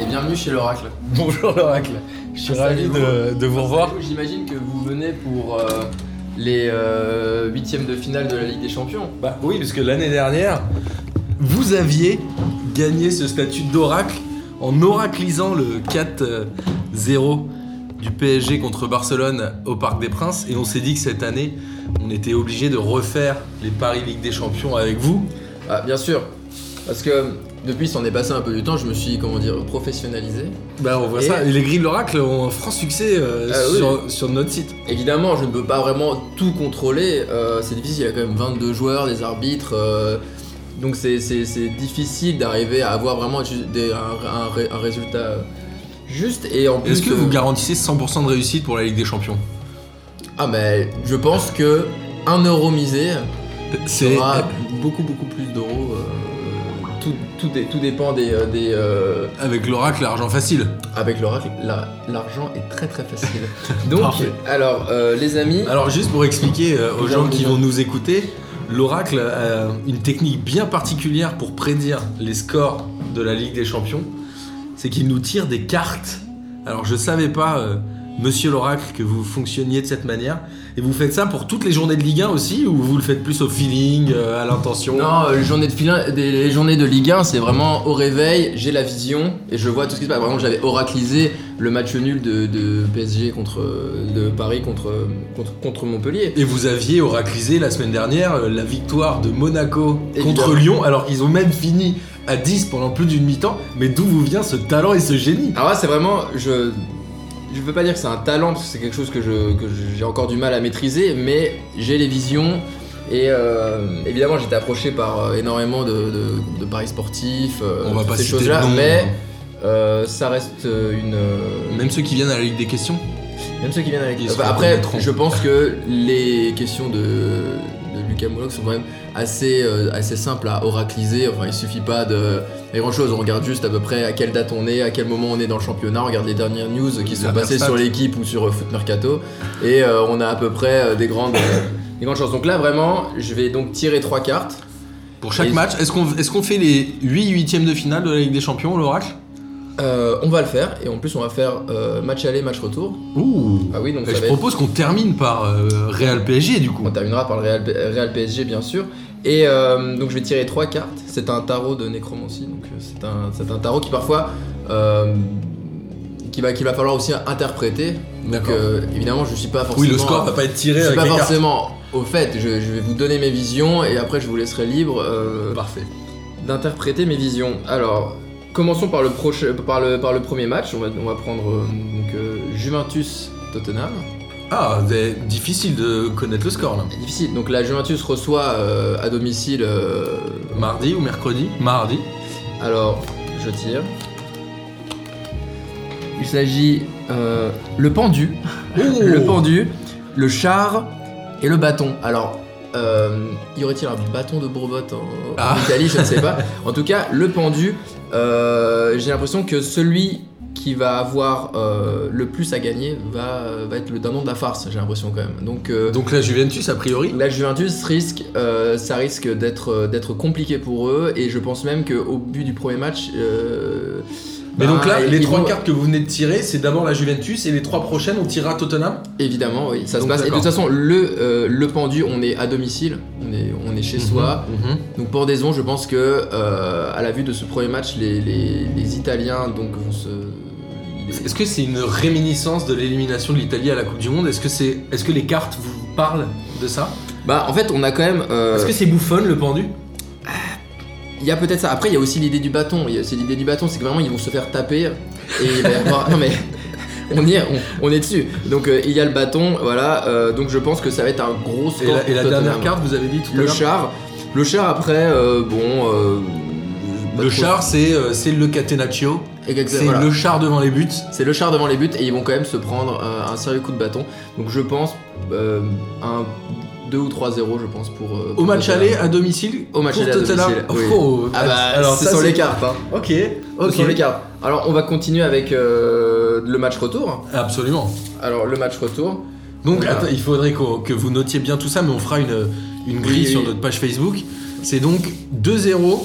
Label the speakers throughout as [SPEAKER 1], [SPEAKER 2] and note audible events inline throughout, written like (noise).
[SPEAKER 1] Et bienvenue chez l'Oracle.
[SPEAKER 2] Bonjour l'oracle, je suis ravi de, de vous revoir.
[SPEAKER 1] Installez-vous, J'imagine que vous venez pour euh, les euh, huitièmes de finale de la Ligue des Champions.
[SPEAKER 2] Bah oui, parce que l'année dernière, vous aviez gagné ce statut d'oracle en oraclisant le 4-0 du PSG contre Barcelone au Parc des Princes et on s'est dit que cette année, on était obligé de refaire les paris Ligue des Champions avec vous.
[SPEAKER 1] Ah, bien sûr. Parce que depuis, s'en est passé un peu du temps, je me suis, comment dire, professionnalisé.
[SPEAKER 2] Bah on voit
[SPEAKER 1] Et-
[SPEAKER 2] ça, et les grilles de l'oracle ont un franc succès euh,
[SPEAKER 1] Ah oui.
[SPEAKER 2] sur, sur notre site.
[SPEAKER 1] Évidemment, je ne peux pas vraiment tout contrôler. euh, c'est difficile, il y a quand même 22 joueurs, des arbitres. euh, donc c'est- c'est c'est difficile d'arriver à avoir vraiment ju- des- un, un ré- un résultat juste. Et en plus,
[SPEAKER 2] Est-ce que vous
[SPEAKER 1] euh,
[SPEAKER 2] garantissez 100% de réussite pour la Ligue des Champions
[SPEAKER 1] Ah mais je pense que 1 euro misé
[SPEAKER 2] C'est
[SPEAKER 1] aura beaucoup beaucoup plus d'euros. euh, tout, tout, dé- tout dépend des... euh, des euh,
[SPEAKER 2] avec l'oracle l'argent facile.
[SPEAKER 1] avec l'oracle, la- l'argent est très très
[SPEAKER 2] (laughs)
[SPEAKER 1] facile. Donc,
[SPEAKER 2] Parfait.
[SPEAKER 1] alors euh, les amis...
[SPEAKER 2] Alors juste pour expliquer euh, aux gens qui vont nous écouter, l'oracle a une technique bien particulière pour prédire les scores de la Ligue des Champions, c'est qu'il nous tire des cartes. Alors je savais pas, euh, monsieur l'oracle, que vous fonctionniez de cette manière. Et vous faites ça pour toutes les journées de Ligue 1 aussi, ou vous le faites plus au feeling, euh, à l'intention
[SPEAKER 1] Non, euh, les journées de, filin- des- les journées de Ligue 1, c'est vraiment au réveil, j'ai la vision et je vois tout ce qui se passe. Par exemple, j'avais oraclisé le match nul de, de PSG contre de Paris contre, contre, contre Montpellier.
[SPEAKER 2] Et vous aviez oraclisé la semaine dernière euh, la victoire de Monaco contre
[SPEAKER 1] Évidemment.
[SPEAKER 2] Lyon, alors qu'ils ont même fini à 10 pendant plus d'une mi-temps, mais d'où vous vient ce talent et ce génie
[SPEAKER 1] Alors là, c'est vraiment, je je veux pas dire que c'est un talent parce que c'est quelque chose que je- que je- j'ai encore du mal à maîtriser, mais j'ai les visions. Et euh, évidemment, j'étais approché par euh, énormément de, de- de paris sportifs, euh,
[SPEAKER 2] On va
[SPEAKER 1] toutes
[SPEAKER 2] pas
[SPEAKER 1] ces
[SPEAKER 2] citer
[SPEAKER 1] choses-là,
[SPEAKER 2] de nom,
[SPEAKER 1] mais
[SPEAKER 2] hein.
[SPEAKER 1] euh, ça reste euh, une, euh,
[SPEAKER 2] Même ceux qui viennent à la Ligue des questions
[SPEAKER 1] Même ceux qui viennent avec
[SPEAKER 2] Ils
[SPEAKER 1] Enfin,
[SPEAKER 2] se
[SPEAKER 1] après,
[SPEAKER 2] reconnaîtront.
[SPEAKER 1] je pense que les questions de, de Lucas Moulox sont quand même assez, euh, assez simples à oracliser. Enfin, il suffit pas de faire grand chose. On regarde juste à peu près à quelle date on est, à quel moment on est dans le championnat. On regarde les dernières news qui sont
[SPEAKER 2] dernières
[SPEAKER 1] passées
[SPEAKER 2] stats.
[SPEAKER 1] sur l'équipe ou sur euh, Foot Mercato. Et euh, on a à peu près euh, des grandes, euh, des grandes choses. Donc là, vraiment, je vais donc tirer trois cartes.
[SPEAKER 2] Pour chaque
[SPEAKER 1] Et-
[SPEAKER 2] match, est-ce qu'on est qu'on fait les 8 huitièmes de finale de la Ligue des Champions, l'Oracle
[SPEAKER 1] Euh, on va le faire. Et en plus, on va faire euh, match aller, match retour.
[SPEAKER 2] Ouh
[SPEAKER 1] Ah oui, donc
[SPEAKER 2] Et
[SPEAKER 1] ça
[SPEAKER 2] Euh, Je
[SPEAKER 1] va être-
[SPEAKER 2] propose qu'on termine par euh, Real PSG du coup.
[SPEAKER 1] On terminera par hein, le Real, Real PSG bien sûr. Et euh, donc je vais tirer trois cartes. C'est un tarot de nécromancie, donc euh, c'est un, c'est un tarot qui parfois euh, qui va qu'il va falloir aussi interpréter. Donc
[SPEAKER 2] D'accord.
[SPEAKER 1] euh, évidemment je suis pas forcément.
[SPEAKER 2] oui, le score va pas être tiré
[SPEAKER 1] je suis
[SPEAKER 2] avec
[SPEAKER 1] pas
[SPEAKER 2] les cartes.
[SPEAKER 1] forcément au fait. Je, je vais vous donner mes visions et après je vous laisserai libre euh,
[SPEAKER 2] Parfait.
[SPEAKER 1] d'interpréter mes visions. Alors commençons par le proche- par le par le premier match. On va on va prendre euh, donc euh, Juventus Tottenham.
[SPEAKER 2] Ah, c'est difficile de connaître le score là.
[SPEAKER 1] C'est difficile. Donc la Juventus reçoit euh, à domicile. euh,
[SPEAKER 2] Mardi ou mercredi Mardi.
[SPEAKER 1] alors, je tire. Il s'agit euh, le pendu,
[SPEAKER 2] Oh.
[SPEAKER 1] le pendu, le char et le bâton. Alors, euh, y aurait-il un bâton de bourbotte en, en
[SPEAKER 2] Ah.
[SPEAKER 1] Italie Je ne sais pas. En tout cas, le pendu. euh, J'ai l'impression que celui qui va avoir euh, le plus à gagner va, va être le dindon de la farce. J'ai l'impression quand même. Donc euh,
[SPEAKER 2] Donc la Juventus a priori
[SPEAKER 1] la Juventus risque, euh, ça risque d'être euh, d'être compliqué pour eux et je pense même qu'au but du premier match. euh,
[SPEAKER 2] Mais
[SPEAKER 1] bah,
[SPEAKER 2] donc là,
[SPEAKER 1] ils
[SPEAKER 2] les
[SPEAKER 1] vont-
[SPEAKER 2] trois cartes que vous venez de tirer, c'est d'abord la Juventus et les trois prochaines, on tirera Tottenham.
[SPEAKER 1] Évidemment, oui, ça se
[SPEAKER 2] Donc,
[SPEAKER 1] passe. Et de
[SPEAKER 2] d'accord.
[SPEAKER 1] toute façon, le, euh, le pendu, on est à domicile, on est, on est chez
[SPEAKER 2] Mhm.
[SPEAKER 1] soi. Donc pendaison, je pense que euh, à la vue de ce premier match, les, les- les Italiens donc vont se. les-
[SPEAKER 2] Est-ce que c'est une réminiscence de l'élimination de l'Italie à la Coupe du Monde Est-ce que c'est, est-ce que les cartes vous parlent de ça
[SPEAKER 1] Bah en fait, on a quand même. euh,
[SPEAKER 2] Est-ce que c'est bouffonne le pendu
[SPEAKER 1] Il y a peut-être ça. Après, il y a aussi l'idée du bâton. Il y a- C'est l'idée du bâton, c'est que vraiment ils vont se faire taper et il va y avoir- (laughs) Non mais on y est, on, on est dessus. Donc euh, il y a le bâton, voilà. euh, donc je pense que ça va être un gros
[SPEAKER 2] Et
[SPEAKER 1] score.
[SPEAKER 2] la, et
[SPEAKER 1] pour
[SPEAKER 2] la
[SPEAKER 1] Tottenham.
[SPEAKER 2] dernière carte, vous avez dit tout à
[SPEAKER 1] le
[SPEAKER 2] l'heure.
[SPEAKER 1] char, le char après, euh, bon. euh, pas
[SPEAKER 2] Le
[SPEAKER 1] trop-
[SPEAKER 2] char, c'est euh, c'est le Catenaccio.
[SPEAKER 1] Exact-
[SPEAKER 2] C'est
[SPEAKER 1] voilà.
[SPEAKER 2] le char devant les buts.
[SPEAKER 1] C'est le char devant les buts et ils vont quand même se prendre euh, un sérieux coup de bâton. Donc je pense euh, un 2 ou 3-0 je pense pour. euh,
[SPEAKER 2] Au
[SPEAKER 1] pour
[SPEAKER 2] match
[SPEAKER 1] Tottenham.
[SPEAKER 2] aller à domicile.
[SPEAKER 1] Au match
[SPEAKER 2] pour
[SPEAKER 1] aller à
[SPEAKER 2] Tottenham.
[SPEAKER 1] domicile, oui.
[SPEAKER 2] Oh,
[SPEAKER 1] Ah bah
[SPEAKER 2] alors
[SPEAKER 1] ce
[SPEAKER 2] ça,
[SPEAKER 1] sont
[SPEAKER 2] c'est-
[SPEAKER 1] les cartes. hein.
[SPEAKER 2] Ok.
[SPEAKER 1] Ce
[SPEAKER 2] Ok.
[SPEAKER 1] sont les cartes. Alors on va continuer avec euh, le match retour.
[SPEAKER 2] Absolument.
[SPEAKER 1] Alors le match retour.
[SPEAKER 2] Donc
[SPEAKER 1] Voilà.
[SPEAKER 2] attends, il faudrait qu'on- que vous notiez bien tout ça, mais on fera une, une grille
[SPEAKER 1] Oui,
[SPEAKER 2] sur
[SPEAKER 1] oui.
[SPEAKER 2] notre page Facebook. C'est donc 2-0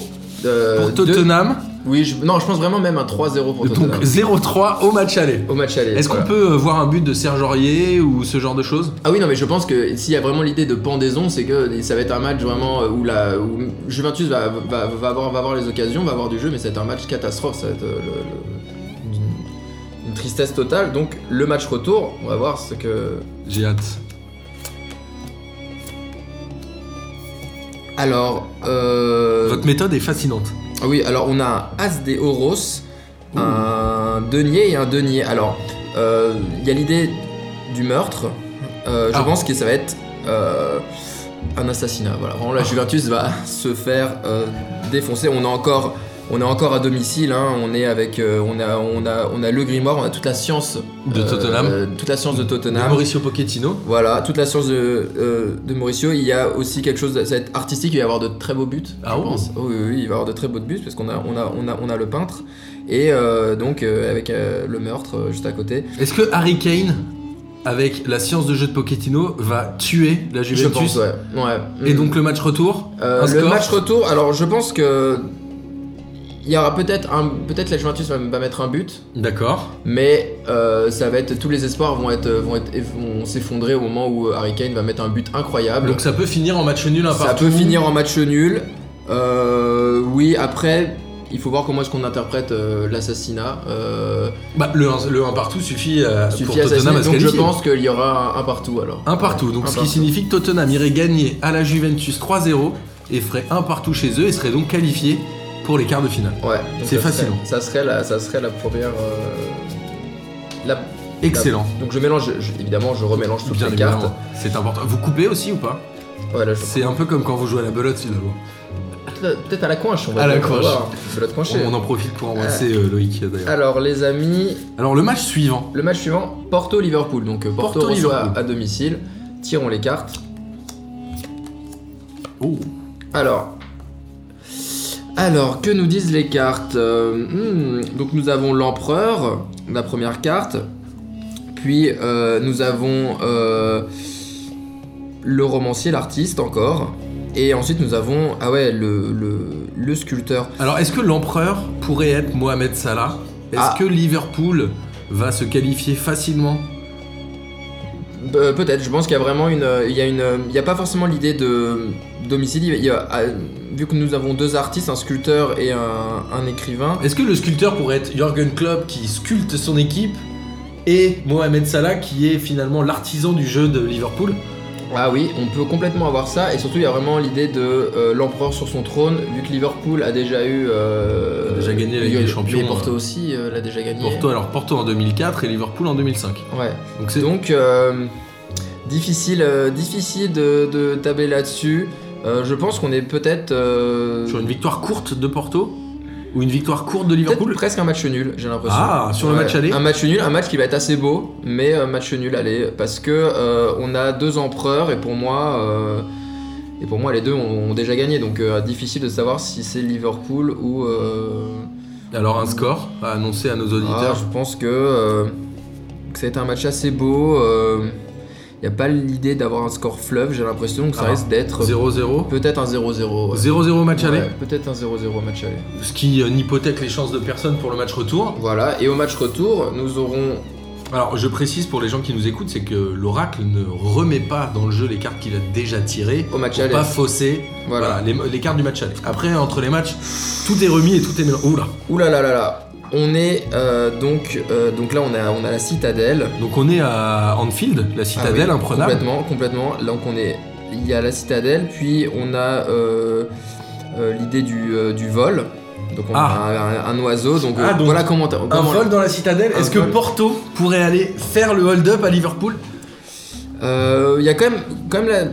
[SPEAKER 1] euh,
[SPEAKER 2] pour Tottenham.
[SPEAKER 1] deux- Oui, je- non, je pense vraiment même un 3-0 pour
[SPEAKER 2] Donc
[SPEAKER 1] Tottenham.
[SPEAKER 2] 0-3 au match aller.
[SPEAKER 1] Au match aller.
[SPEAKER 2] Est-ce qu'on
[SPEAKER 1] voilà.
[SPEAKER 2] peut euh, voir un but de Serge Aurier ou ce genre de choses
[SPEAKER 1] Ah oui, non, mais je pense que s'il y a vraiment l'idée de pendaison, c'est que ça va être un match vraiment euh, où, la, où Juventus va, va, va, avoir, va avoir les occasions, va avoir du jeu, mais c'est un match catastrophe, ça va être euh, le- le- une- une tristesse totale. Donc le match retour, on va voir ce que.
[SPEAKER 2] J'ai hâte.
[SPEAKER 1] Alors, euh,
[SPEAKER 2] Votre méthode est fascinante.
[SPEAKER 1] ah oui, alors on a un As des Horos, un denier et un denier. Alors, euh, il y a l'idée du meurtre. Euh, je
[SPEAKER 2] Ah.
[SPEAKER 1] pense que ça va être euh, un assassinat. Voilà, vraiment
[SPEAKER 2] Ah.
[SPEAKER 1] la Juventus va (laughs) se faire euh, défoncer. On a encore. On est encore à domicile, hein. on est avec, euh, on a, on a, on a le Grimoire, on a toute la science euh,
[SPEAKER 2] De Tottenham.
[SPEAKER 1] toute la science de
[SPEAKER 2] Euh, De
[SPEAKER 1] Tottenham.
[SPEAKER 2] Mauricio Pochettino.
[SPEAKER 1] Voilà, toute la science de, euh, de Mauricio. Il y a aussi quelque chose, de- ça va être artistique, il va y avoir de très beaux buts.
[SPEAKER 2] Ah
[SPEAKER 1] je
[SPEAKER 2] bon
[SPEAKER 1] pense. Oh, oui, oui, il va y avoir de très beaux buts parce qu'on a, on a, on a, on a le peintre. Et euh, donc, euh, avec euh, le meurtre euh, juste à côté.
[SPEAKER 2] Est-ce que Harry Kane, avec la science de jeu de Pochettino, va tuer la Juventus
[SPEAKER 1] Je pense, ouais. ouais.
[SPEAKER 2] Et
[SPEAKER 1] Mm.
[SPEAKER 2] donc le match retour
[SPEAKER 1] Euh,
[SPEAKER 2] un
[SPEAKER 1] le
[SPEAKER 2] score
[SPEAKER 1] match retour, alors je pense que. Il y aura peut-être un. Peut-être la Juventus va, va mettre un but,
[SPEAKER 2] D'accord.
[SPEAKER 1] mais euh, ça va être. Tous les espoirs vont être vont être vont s'effondrer au moment où Harry Kane va mettre un but incroyable.
[SPEAKER 2] Donc ça peut finir en match nul un
[SPEAKER 1] Ça
[SPEAKER 2] partout.
[SPEAKER 1] peut finir en match nul. Euh, oui, après, il faut voir comment est-ce qu'on interprète euh, l'assassinat. Euh,
[SPEAKER 2] Bah, le 1 le un partout suffit, euh,
[SPEAKER 1] suffit
[SPEAKER 2] pour
[SPEAKER 1] à assassiner,
[SPEAKER 2] Tottenham à se
[SPEAKER 1] donc je
[SPEAKER 2] qualifier.
[SPEAKER 1] pense qu'il y aura un, un partout alors.
[SPEAKER 2] Un partout, donc
[SPEAKER 1] Un
[SPEAKER 2] ce qui
[SPEAKER 1] partout.
[SPEAKER 2] signifie que Tottenham irait gagner à la Juventus 3-0 et ferait un partout chez eux et serait donc qualifié pour les quarts de finale.
[SPEAKER 1] Ouais. donc
[SPEAKER 2] C'est
[SPEAKER 1] ça
[SPEAKER 2] facile. hein.
[SPEAKER 1] serait- ça serait la, ça serait la première. euh, la-
[SPEAKER 2] Excellent.
[SPEAKER 1] donc je mélange, je- évidemment, je remélange toutes
[SPEAKER 2] Bien
[SPEAKER 1] les cartes.
[SPEAKER 2] évidemment, c'est important. Vous coupez aussi ou pas
[SPEAKER 1] Ouais, là, je-
[SPEAKER 2] C'est un peu comme quand vous jouez à la belote finalement.
[SPEAKER 1] Peut-être à la coinche. On va
[SPEAKER 2] À la
[SPEAKER 1] on va
[SPEAKER 2] coinche.
[SPEAKER 1] voir. hein. Je vais la coincher.
[SPEAKER 2] On en profite pour embrasser euh, Loïc d'ailleurs.
[SPEAKER 1] Alors les amis,
[SPEAKER 2] Alors le match suivant,
[SPEAKER 1] le match suivant, Porto Liverpool. Donc euh, Porto,
[SPEAKER 2] Porto,
[SPEAKER 1] reçoit
[SPEAKER 2] Liverpool.
[SPEAKER 1] à domicile. Tirons les cartes.
[SPEAKER 2] oh,
[SPEAKER 1] Alors. Alors, que nous disent les cartes Euh, hmm, Donc nous avons l'empereur, la première carte. Puis euh, nous avons euh, le romancier, l'artiste encore. Et ensuite nous avons, ah ouais, le, le- le sculpteur.
[SPEAKER 2] Alors, est-ce que l'empereur pourrait être Mohamed Salah Est-ce
[SPEAKER 1] Ah.
[SPEAKER 2] que Liverpool va se qualifier facilement
[SPEAKER 1] Euh, Peut-être, je pense qu'il y a vraiment une... euh, Il n'y a, une, euh, il y a pas forcément l'idée de domicile. Il y a- euh, vu que nous avons deux artistes, un sculpteur et un, un écrivain.
[SPEAKER 2] Est-ce que le sculpteur pourrait être Jürgen Klopp qui sculpte son équipe et Mohamed Salah qui est finalement l'artisan du jeu de Liverpool
[SPEAKER 1] Ah oui, on peut complètement avoir ça, et surtout il y a vraiment l'idée de euh, l'empereur sur son trône, vu que Liverpool a déjà eu. euh,
[SPEAKER 2] A déjà gagné la Ligue des
[SPEAKER 1] mais
[SPEAKER 2] Champions,
[SPEAKER 1] Porto
[SPEAKER 2] hein.
[SPEAKER 1] aussi euh, l'a déjà gagné.
[SPEAKER 2] Porto, alors Porto en 2004 et Liverpool en 2005.
[SPEAKER 1] Ouais.
[SPEAKER 2] Donc c'est
[SPEAKER 1] Donc, euh, difficile, euh, difficile de, de tabler là-dessus. Euh, je pense qu'on est peut-être. euh,
[SPEAKER 2] sur une victoire courte de Porto ou une victoire courte de
[SPEAKER 1] peut-être
[SPEAKER 2] Liverpool
[SPEAKER 1] presque un match nul, j'ai l'impression.
[SPEAKER 2] Ah, sur le
[SPEAKER 1] Ouais,
[SPEAKER 2] match aller
[SPEAKER 1] Un match nul, un match qui va être assez beau, mais euh, match nul allez, parce que euh, on a deux empereurs et pour moi, euh, et pour moi les deux ont, ont déjà gagné, donc euh, difficile de savoir si c'est Liverpool ou. euh,
[SPEAKER 2] Alors un score à annoncer à nos
[SPEAKER 1] ah,
[SPEAKER 2] auditeurs.
[SPEAKER 1] je pense que, euh, que ça va être un match assez beau. Il n'y a pas l'idée d'avoir un score fleuve, j'ai l'impression que ça
[SPEAKER 2] Ah,
[SPEAKER 1] risque d'être
[SPEAKER 2] 0-0
[SPEAKER 1] peut-être un 0-0. ouais.
[SPEAKER 2] 0-0 match aller,
[SPEAKER 1] Ouais, peut-être un 0-0 match aller.
[SPEAKER 2] ce qui euh, n'hypothèque les chances de personne pour le match retour.
[SPEAKER 1] Voilà, et au match retour, nous aurons
[SPEAKER 2] Alors, je précise pour les gens qui nous écoutent, c'est que l'oracle ne remet pas dans le jeu les cartes qu'il a déjà tirées.
[SPEAKER 1] au match
[SPEAKER 2] Pour
[SPEAKER 1] aller.
[SPEAKER 2] pas fausser
[SPEAKER 1] Voilà.
[SPEAKER 2] voilà. les, les cartes du match aller. Après, entre les matchs, tout est remis et tout est mélangé. Oula
[SPEAKER 1] Ouh là là là là. On est euh, donc euh, donc là on a on a la citadelle.
[SPEAKER 2] Donc, on est à Anfield, la citadelle
[SPEAKER 1] Ah oui,
[SPEAKER 2] imprenable.
[SPEAKER 1] Complètement, complètement. Là donc on est il y a la citadelle, puis on a euh, euh, l'idée du, euh, du vol. Donc on
[SPEAKER 2] Ah.
[SPEAKER 1] a un, un- un oiseau. Donc,
[SPEAKER 2] Ah,
[SPEAKER 1] euh,
[SPEAKER 2] donc
[SPEAKER 1] voilà comment. comment-
[SPEAKER 2] Un vol dans la citadelle.
[SPEAKER 1] Un
[SPEAKER 2] Est-ce que
[SPEAKER 1] vol.
[SPEAKER 2] Porto pourrait aller faire le hold-up à Liverpool
[SPEAKER 1] Euh, Il y a quand même quand même la.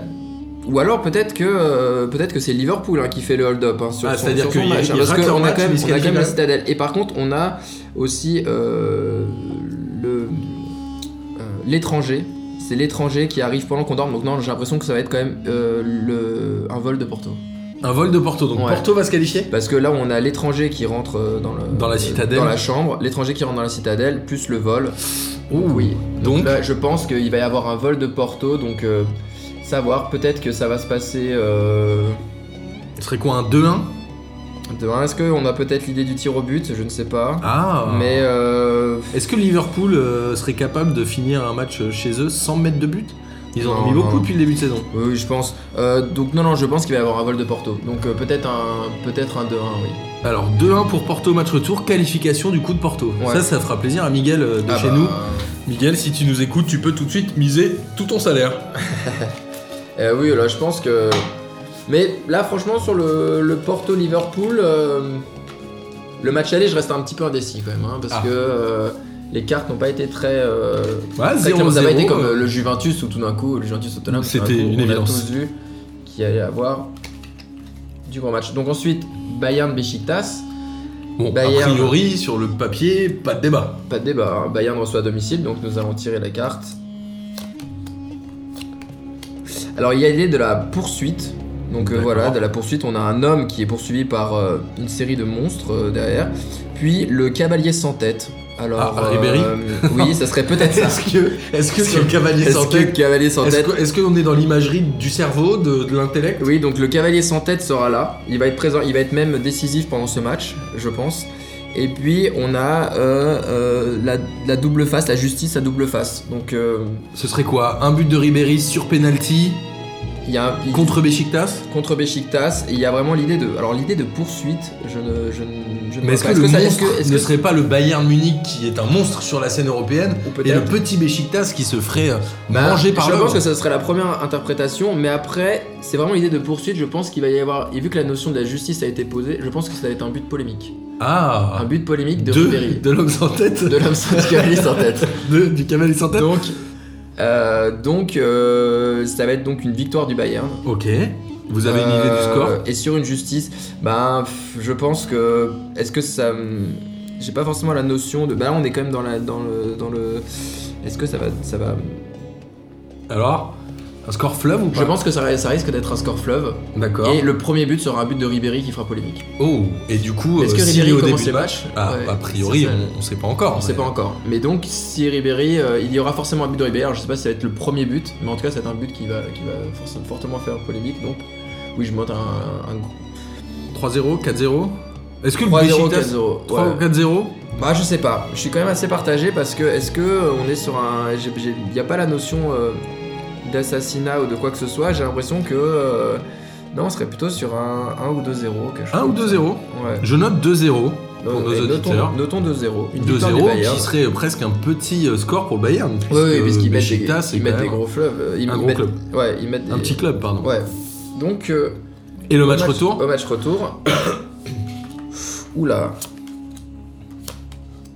[SPEAKER 1] Ou alors peut-être que euh, peut-être que c'est Liverpool hein, qui fait le hold-up hein, sur
[SPEAKER 2] Ah,
[SPEAKER 1] son-
[SPEAKER 2] c'est-à-dire
[SPEAKER 1] sur son
[SPEAKER 2] qu'il y a-
[SPEAKER 1] match, hein,
[SPEAKER 2] il
[SPEAKER 1] parce
[SPEAKER 2] rate
[SPEAKER 1] qu'on
[SPEAKER 2] leur
[SPEAKER 1] a
[SPEAKER 2] match,
[SPEAKER 1] quand même
[SPEAKER 2] mais il se
[SPEAKER 1] on a quand même la
[SPEAKER 2] qualifie
[SPEAKER 1] citadelle et par contre on a aussi euh, le euh, l'étranger c'est l'étranger qui arrive pendant qu'on dort donc non j'ai l'impression que ça va être quand même euh, le, un vol de Porto
[SPEAKER 2] Un vol de Porto. Donc,
[SPEAKER 1] Ouais.
[SPEAKER 2] Porto va se qualifier
[SPEAKER 1] parce que là on a l'étranger qui rentre euh, dans le-
[SPEAKER 2] Dans la
[SPEAKER 1] euh,
[SPEAKER 2] citadelle.
[SPEAKER 1] dans la chambre l'étranger qui rentre dans la citadelle plus le vol
[SPEAKER 2] Ouh.
[SPEAKER 1] oui
[SPEAKER 2] Donc,
[SPEAKER 1] Là, Bah, je pense qu'il va y avoir un vol de Porto, donc euh, savoir peut-être que ça va se passer. euh,
[SPEAKER 2] ce serait quoi un 2-1
[SPEAKER 1] Demain, est-ce qu'on a peut-être l'idée du tir au but Je ne sais pas.
[SPEAKER 2] Ah
[SPEAKER 1] Mais euh,
[SPEAKER 2] Est-ce que Liverpool euh, serait capable de finir un match euh, chez eux sans mettre de but Ils en ont
[SPEAKER 1] Non,
[SPEAKER 2] mis
[SPEAKER 1] non.
[SPEAKER 2] beaucoup depuis le début de saison.
[SPEAKER 1] oui, oui, je pense. Euh, donc non, non, je pense qu'il va y avoir un vol de Porto. Donc euh, peut-être un, peut-être un 2-1, oui.
[SPEAKER 2] Alors 2-1 pour Porto match retour, qualification du coup de Porto.
[SPEAKER 1] Ouais.
[SPEAKER 2] Ça, ça fera plaisir à Miguel euh, de
[SPEAKER 1] Ah
[SPEAKER 2] chez
[SPEAKER 1] bah,
[SPEAKER 2] nous. Miguel, si tu nous écoutes, tu peux tout de suite miser tout ton salaire.
[SPEAKER 1] euh, oui, là, je pense que. Mais là, franchement, sur le, le Porto Liverpool, euh, le match aller, je reste un petit peu indécis quand même, hein, parce
[SPEAKER 2] Ah.
[SPEAKER 1] que euh, les cartes n'ont pas été très. euh,
[SPEAKER 2] Ouais,
[SPEAKER 1] très claires.
[SPEAKER 2] 0
[SPEAKER 1] ça n'a pas été comme euh,
[SPEAKER 2] euh,
[SPEAKER 1] le Juventus où tout d'un coup, le Juventus Tottenham. tout d'un
[SPEAKER 2] C'était
[SPEAKER 1] coup,
[SPEAKER 2] une
[SPEAKER 1] on
[SPEAKER 2] évidence.
[SPEAKER 1] a tous vu qu'il allait avoir du grand match. Donc ensuite, Bayern Besiktas.
[SPEAKER 2] Bon, a
[SPEAKER 1] Bayern.
[SPEAKER 2] priori, sur le papier, pas de débat.
[SPEAKER 1] Pas de débat, hein. Bayern reçoit à domicile, donc nous allons tirer la carte. Alors il y a l'idée de la poursuite. Donc euh,
[SPEAKER 2] D'accord.
[SPEAKER 1] voilà, de la poursuite, on a un homme qui est poursuivi par euh, une série de monstres euh, derrière. Puis le cavalier sans tête. Alors, euh,
[SPEAKER 2] Ah, Ribéry
[SPEAKER 1] Oui, ça serait peut-être ça.
[SPEAKER 2] (laughs) Est-ce que, est-ce que
[SPEAKER 1] Est-ce
[SPEAKER 2] sur le
[SPEAKER 1] que-
[SPEAKER 2] (laughs) cavalier
[SPEAKER 1] Est-ce
[SPEAKER 2] sans
[SPEAKER 1] que le
[SPEAKER 2] tête,
[SPEAKER 1] cavalier sans
[SPEAKER 2] est-ce
[SPEAKER 1] tête
[SPEAKER 2] que- est-ce qu'on est dans l'imagerie du cerveau, de, de l'intellect
[SPEAKER 1] Oui, donc le cavalier sans tête sera là. Il va être présent, il va être même décisif pendant ce match, je pense. Et puis on a euh, euh, la, la double face, la justice à double face. Donc euh,
[SPEAKER 2] Ce serait quoi Un but de Ribéry sur penalty
[SPEAKER 1] il y a un- il-
[SPEAKER 2] contre Besiktas
[SPEAKER 1] contre Besiktas. et Il y a vraiment l'idée de, alors l'idée de poursuite. Je ne, je ne, je ne vois
[SPEAKER 2] Mais est-ce
[SPEAKER 1] pas.
[SPEAKER 2] que le
[SPEAKER 1] ça-
[SPEAKER 2] monstre
[SPEAKER 1] est-ce
[SPEAKER 2] ne
[SPEAKER 1] que-
[SPEAKER 2] serait pas le Bayern Munich qui est un monstre sur la scène européenne
[SPEAKER 1] ou
[SPEAKER 2] et
[SPEAKER 1] peut-être-
[SPEAKER 2] le petit Besiktas qui se ferait euh,
[SPEAKER 1] Bah,
[SPEAKER 2] manger par
[SPEAKER 1] Je
[SPEAKER 2] l'homme
[SPEAKER 1] pense que ça serait la première interprétation, mais après, c'est vraiment l'idée de poursuite. Je pense qu'il va y avoir, et vu que la notion de la justice a été posée, je pense que ça va être un but polémique, un
[SPEAKER 2] Ah
[SPEAKER 1] but polémique de
[SPEAKER 2] Deux,
[SPEAKER 1] Ribéry,
[SPEAKER 2] de l'homme sans tête
[SPEAKER 1] de l'homme sans du cavalier sans tête.
[SPEAKER 2] Deux, du cavalier sans tête
[SPEAKER 1] Donc, euh, donc euh, ça va être donc une victoire du Bayern.
[SPEAKER 2] Ok. Vous avez une idée du
[SPEAKER 1] Euh,
[SPEAKER 2] score
[SPEAKER 1] Et sur une justice, ben, pff, je pense que. Est-ce que ça. hum, J'ai pas forcément la notion de. Bah là, on est quand même dans, la, dans le. Dans le est-ce que ça va. Ça va
[SPEAKER 2] Alors Un score fleuve ou pas
[SPEAKER 1] je pense que ça, ça risque d'être un score fleuve.
[SPEAKER 2] D'accord.
[SPEAKER 1] Et le premier but sera un but de Ribéry qui fera polémique.
[SPEAKER 2] Oh Et du coup,
[SPEAKER 1] Est-ce
[SPEAKER 2] euh,
[SPEAKER 1] que
[SPEAKER 2] si
[SPEAKER 1] Ribéry
[SPEAKER 2] au début
[SPEAKER 1] commence
[SPEAKER 2] du
[SPEAKER 1] le
[SPEAKER 2] match
[SPEAKER 1] match
[SPEAKER 2] Ah,
[SPEAKER 1] Ouais,
[SPEAKER 2] a priori,
[SPEAKER 1] c'est ça.
[SPEAKER 2] on, on sait pas encore.
[SPEAKER 1] On sait
[SPEAKER 2] mais-
[SPEAKER 1] pas encore. Mais donc, si Ribéry. euh, il y aura forcément un but de Ribéry. Alors, je sais pas si ça va être le premier but. Mais en tout cas, ça va être un but qui va, qui va forcément, fortement faire polémique. Donc, oui, je monte un, un,
[SPEAKER 2] 3-0, 4-0 Est-ce que le
[SPEAKER 1] 3-0,
[SPEAKER 2] Beşiktaş-
[SPEAKER 1] 4-0.
[SPEAKER 2] 3
[SPEAKER 1] ouais.
[SPEAKER 2] ou 4-0
[SPEAKER 1] Bah je sais pas, je suis quand même assez partagé parce que est-ce que euh, on est sur un, il y a pas la notion euh, d'assassinat ou de quoi que ce soit. J'ai l'impression que euh, non, on serait plutôt sur un 1 ou 2-0 quelque chose
[SPEAKER 2] 1 ou
[SPEAKER 1] comme ça.
[SPEAKER 2] 2-0
[SPEAKER 1] Ouais.
[SPEAKER 2] Je note 2-0. Pour
[SPEAKER 1] Euh,
[SPEAKER 2] nos
[SPEAKER 1] et
[SPEAKER 2] auditeurs.
[SPEAKER 1] Notons, notons 2-0. Une victoire du
[SPEAKER 2] 2-0
[SPEAKER 1] Bayern.
[SPEAKER 2] qui serait presque un petit euh, score pour le Bayern.
[SPEAKER 1] Oui, oui,
[SPEAKER 2] puisque
[SPEAKER 1] parce qu'ils mettent, des,
[SPEAKER 2] Beşiktaş, c'est
[SPEAKER 1] ils mettent
[SPEAKER 2] quand
[SPEAKER 1] des
[SPEAKER 2] même
[SPEAKER 1] gros fleuves. euh, Ils
[SPEAKER 2] un gros
[SPEAKER 1] mettent,
[SPEAKER 2] club.
[SPEAKER 1] Ouais, ils mettent
[SPEAKER 2] Un
[SPEAKER 1] des-
[SPEAKER 2] petit club, pardon.
[SPEAKER 1] Ouais. Donc euh,
[SPEAKER 2] Et le
[SPEAKER 1] au
[SPEAKER 2] match retour
[SPEAKER 1] Au match retour. (coughs) Oula,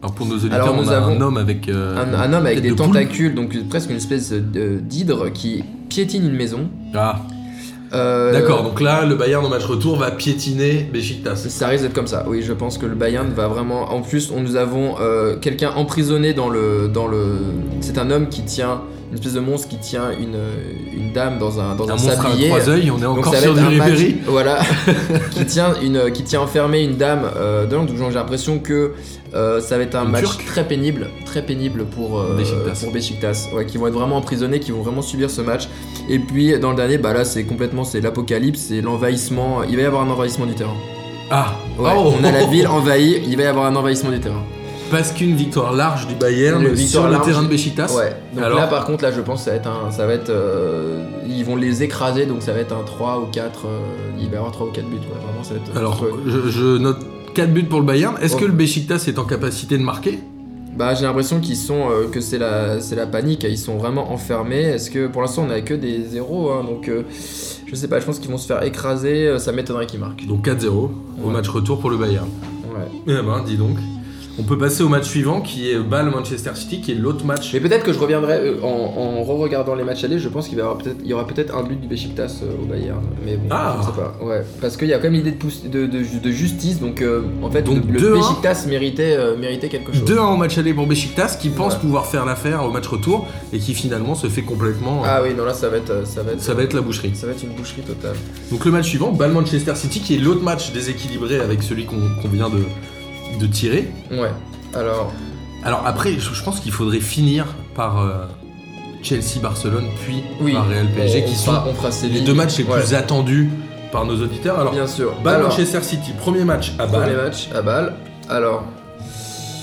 [SPEAKER 2] Alors pour nos auditeurs,
[SPEAKER 1] Alors,
[SPEAKER 2] on
[SPEAKER 1] nous
[SPEAKER 2] a un
[SPEAKER 1] avons
[SPEAKER 2] homme avec euh,
[SPEAKER 1] un, un homme avec
[SPEAKER 2] tête
[SPEAKER 1] des
[SPEAKER 2] de poule.
[SPEAKER 1] tentacules, donc presque une espèce de- d'hydre qui piétine une maison.
[SPEAKER 2] Ah,
[SPEAKER 1] Euh,
[SPEAKER 2] d'accord. Donc là, le Bayern au match retour va piétiner Besiktas.
[SPEAKER 1] Ça risque d'être comme ça. Oui, je pense que le Bayern va vraiment. En plus, on nous avons euh, quelqu'un emprisonné dans le dans le. C'est un homme qui tient une espèce de monstre qui tient une, une dame dans un dans un,
[SPEAKER 2] Un monstre à
[SPEAKER 1] sablier.
[SPEAKER 2] trois yeux, on est
[SPEAKER 1] Donc
[SPEAKER 2] encore
[SPEAKER 1] ça va
[SPEAKER 2] sur
[SPEAKER 1] être
[SPEAKER 2] du
[SPEAKER 1] un match,
[SPEAKER 2] Ribéry.
[SPEAKER 1] voilà, (laughs) qui tient une, qui tient enfermée une dame. Euh, dedans. donc j'ai l'impression que euh, ça va être un
[SPEAKER 2] Une
[SPEAKER 1] match
[SPEAKER 2] Turque.
[SPEAKER 1] très pénible, très pénible pour euh,
[SPEAKER 2] Beşiktaş.
[SPEAKER 1] pour Beşiktaş. Ouais, qui vont être vraiment emprisonnés, qui vont vraiment subir ce match. Et puis dans le dernier, bah là c'est complètement c'est l'apocalypse, c'est l'envahissement. Il va y avoir un envahissement du terrain.
[SPEAKER 2] Ah,
[SPEAKER 1] Ouais,
[SPEAKER 2] Oh.
[SPEAKER 1] On a la ville envahie, il va y avoir un envahissement du terrain.
[SPEAKER 2] (laughs) Parce qu'une victoire large du Bayern
[SPEAKER 1] Une
[SPEAKER 2] sur
[SPEAKER 1] victoire
[SPEAKER 2] le
[SPEAKER 1] large.
[SPEAKER 2] terrain de Besiktas.
[SPEAKER 1] Ouais. Donc
[SPEAKER 2] Ah, Alors
[SPEAKER 1] là par contre là je pense que ça va être un ça va être euh, ils vont les écraser donc ça va être un 3 ou 4 euh, il va y avoir 3 ou 4 buts ouais, vraiment ça va être
[SPEAKER 2] Alors,
[SPEAKER 1] ouais.
[SPEAKER 2] je, je note 4 buts pour le Bayern. Est-ce
[SPEAKER 1] Ouais.
[SPEAKER 2] que le Besiktas est en capacité de marquer
[SPEAKER 1] bah j'ai l'impression qu'ils sont euh, que c'est la c'est la panique ils sont vraiment enfermés est-ce que pour l'instant on a que des zéros hein, donc euh, je sais pas je pense qu'ils vont se faire écraser euh, ça m'étonnerait qu'ils marquent.
[SPEAKER 2] Donc 4-0 au
[SPEAKER 1] Ouais.
[SPEAKER 2] match retour pour le Bayern.
[SPEAKER 1] Ouais.
[SPEAKER 2] Eh ben, dis donc. On peut passer au match suivant qui est Bâle Manchester City, qui est l'autre match.
[SPEAKER 1] Mais peut-être que je reviendrai euh, en, en re-regardant les matchs aller, je pense qu'il va y avoir peut-être, il y aura peut-être un but du Besiktas euh, au Bayern. Mais bon,
[SPEAKER 2] Ah.
[SPEAKER 1] je sais pas. Ouais, parce qu'il y a quand même l'idée de, pousse- de, de ju- de justice, donc euh, en fait,
[SPEAKER 2] Donc
[SPEAKER 1] le, le
[SPEAKER 2] 2-1.
[SPEAKER 1] Besiktas méritait, euh, méritait quelque chose.
[SPEAKER 2] 2-1 au match aller pour Besiktas, qui pense
[SPEAKER 1] Ouais.
[SPEAKER 2] pouvoir faire l'affaire au match retour et qui finalement se fait complètement.
[SPEAKER 1] Ah oui, non là ça va être, euh, ça va être,
[SPEAKER 2] Ça va être la boucherie.
[SPEAKER 1] ça va être une boucherie totale.
[SPEAKER 2] Donc le match suivant, Bâle Manchester City, qui est l'autre match déséquilibré avec celui qu'on qu'on vient de, de tirer.
[SPEAKER 1] Ouais. Alors,
[SPEAKER 2] Alors après, je, je pense qu'il faudrait finir par euh, Chelsea, Barcelone, puis
[SPEAKER 1] oui.
[SPEAKER 2] par Real
[SPEAKER 1] on-
[SPEAKER 2] PSG,
[SPEAKER 1] on
[SPEAKER 2] qui sont
[SPEAKER 1] fera- on fera ces
[SPEAKER 2] les
[SPEAKER 1] lignes.
[SPEAKER 2] deux matchs les
[SPEAKER 1] Ouais.
[SPEAKER 2] plus attendus par nos auditeurs. Alors,
[SPEAKER 1] Bien sûr.
[SPEAKER 2] Bâle
[SPEAKER 1] Alors,
[SPEAKER 2] Manchester City, premier match à
[SPEAKER 1] premier
[SPEAKER 2] Bâle.
[SPEAKER 1] match à Bâle. Alors,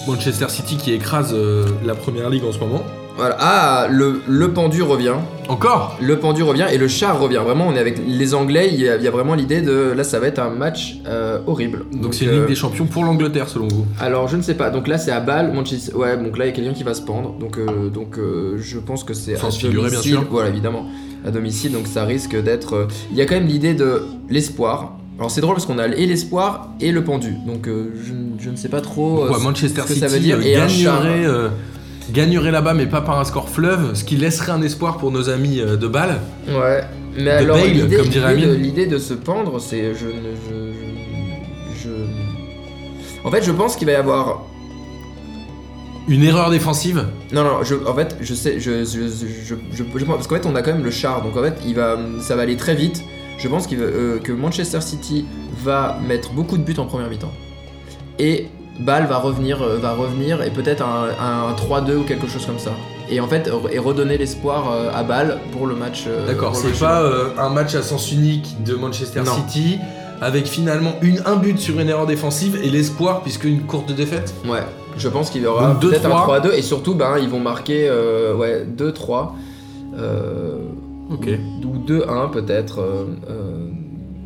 [SPEAKER 2] Manchester City qui écrase euh, la première ligue en ce moment.
[SPEAKER 1] voilà. Ah, le, le pendu revient.
[SPEAKER 2] Encore
[SPEAKER 1] Le pendu revient et le chat revient. Vraiment, on est avec les Anglais. Il y a, il y a vraiment l'idée de là, ça va être un match euh, horrible.
[SPEAKER 2] Donc c'est une Ligue
[SPEAKER 1] euh,
[SPEAKER 2] des Champions pour l'Angleterre selon vous.
[SPEAKER 1] Alors, je ne sais pas. Donc là, c'est à Bâle, Manchester. Ouais, donc là, il y a quelqu'un qui va se pendre. Donc, euh, donc euh, je pense que c'est à
[SPEAKER 2] Sens figuré, bien
[SPEAKER 1] domicile.
[SPEAKER 2] sûr.
[SPEAKER 1] Voilà, évidemment, à domicile. Donc ça risque d'être. euh, Il y a quand même l'idée de l'espoir. Alors c'est drôle parce qu'on a et l'espoir et le pendu. Donc euh, je, ne- je ne sais pas trop. euh,
[SPEAKER 2] Pourquoi
[SPEAKER 1] ce-
[SPEAKER 2] Manchester
[SPEAKER 1] ce que
[SPEAKER 2] City
[SPEAKER 1] ça veut dire
[SPEAKER 2] euh,
[SPEAKER 1] et un char. hein.
[SPEAKER 2] gagnerait, euh, gagnerait là-bas mais pas par un score fleuve, ce qui laisserait un espoir pour nos amis euh, de Bâle.
[SPEAKER 1] Ouais, mais
[SPEAKER 2] De
[SPEAKER 1] alors
[SPEAKER 2] Bale,
[SPEAKER 1] l'idée
[SPEAKER 2] comme dirait
[SPEAKER 1] l'idée de-
[SPEAKER 2] Amine.
[SPEAKER 1] l'idée de, se pendre, c'est je ne je, je, je- En fait, je pense qu'il va y avoir
[SPEAKER 2] Une erreur défensive
[SPEAKER 1] non non, je en fait, je sais je je, je, je, je- je- parce qu'en fait, on a quand même le char. Donc en fait, il va ça va aller très vite. Je pense qu'il va- euh, que Manchester City va mettre beaucoup de buts en première mi-temps. Et Bâle va revenir euh, va revenir et peut-être un, un 3-2 ou quelque chose comme ça. Et en fait, re- et redonner l'espoir euh, à Bâle pour le match euh,
[SPEAKER 2] D'accord,
[SPEAKER 1] pour le
[SPEAKER 2] c'est
[SPEAKER 1] match
[SPEAKER 2] pas euh, un match à sens unique de Manchester
[SPEAKER 1] Non.
[SPEAKER 2] City avec finalement une, un but sur une erreur défensive et l'espoir puisque une courte défaite.
[SPEAKER 1] Ouais, je pense qu'il y aura
[SPEAKER 2] Donc, deux,
[SPEAKER 1] peut-être
[SPEAKER 2] trois.
[SPEAKER 1] un 3-2 et surtout ben, ils vont marquer euh, ouais, 2-3 euh,
[SPEAKER 2] Ok.
[SPEAKER 1] ou ou 2-1 peut-être. euh, euh,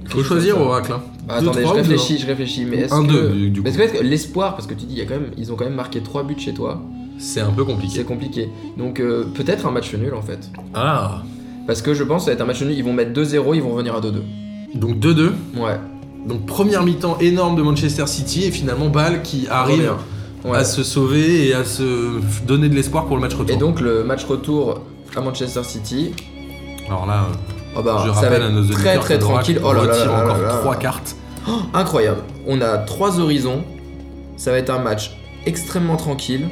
[SPEAKER 2] Faut choisir Oracle. Hein.
[SPEAKER 1] Ah, attendez,
[SPEAKER 2] 2-3
[SPEAKER 1] je
[SPEAKER 2] ou
[SPEAKER 1] réfléchis, je réfléchis, mais est-ce
[SPEAKER 2] 1-2
[SPEAKER 1] que...
[SPEAKER 2] du, du coup.
[SPEAKER 1] Parce que, en fait, l'espoir, parce que tu dis, il y a quand même, ils ont quand même marqué 3 buts chez toi,
[SPEAKER 2] C'est un peu
[SPEAKER 1] c'est
[SPEAKER 2] compliqué.
[SPEAKER 1] compliqué. Donc euh, peut-être un match nul en fait.
[SPEAKER 2] Ah
[SPEAKER 1] Parce que je pense que ça va être un match nul, ils vont mettre 2-0, ils vont revenir à 2-2.
[SPEAKER 2] Donc 2-2.
[SPEAKER 1] Ouais.
[SPEAKER 2] Donc première mi-temps énorme de Manchester City et finalement Bâle qui arrive
[SPEAKER 1] Ouais.
[SPEAKER 2] à se sauver et à se f- donner de l'espoir pour le match retour.
[SPEAKER 1] Et donc le match retour à Manchester City,
[SPEAKER 2] Alors là, euh,
[SPEAKER 1] oh bah,
[SPEAKER 2] je
[SPEAKER 1] ça va
[SPEAKER 2] rappelle à nos
[SPEAKER 1] être
[SPEAKER 2] auditeurs
[SPEAKER 1] très très
[SPEAKER 2] que l'Oracle
[SPEAKER 1] tranquille. Oh là là
[SPEAKER 2] retire
[SPEAKER 1] là là
[SPEAKER 2] encore
[SPEAKER 1] là là.
[SPEAKER 2] trois cartes.
[SPEAKER 1] Incroyable. On a trois horizons. Ça va être un match extrêmement tranquille.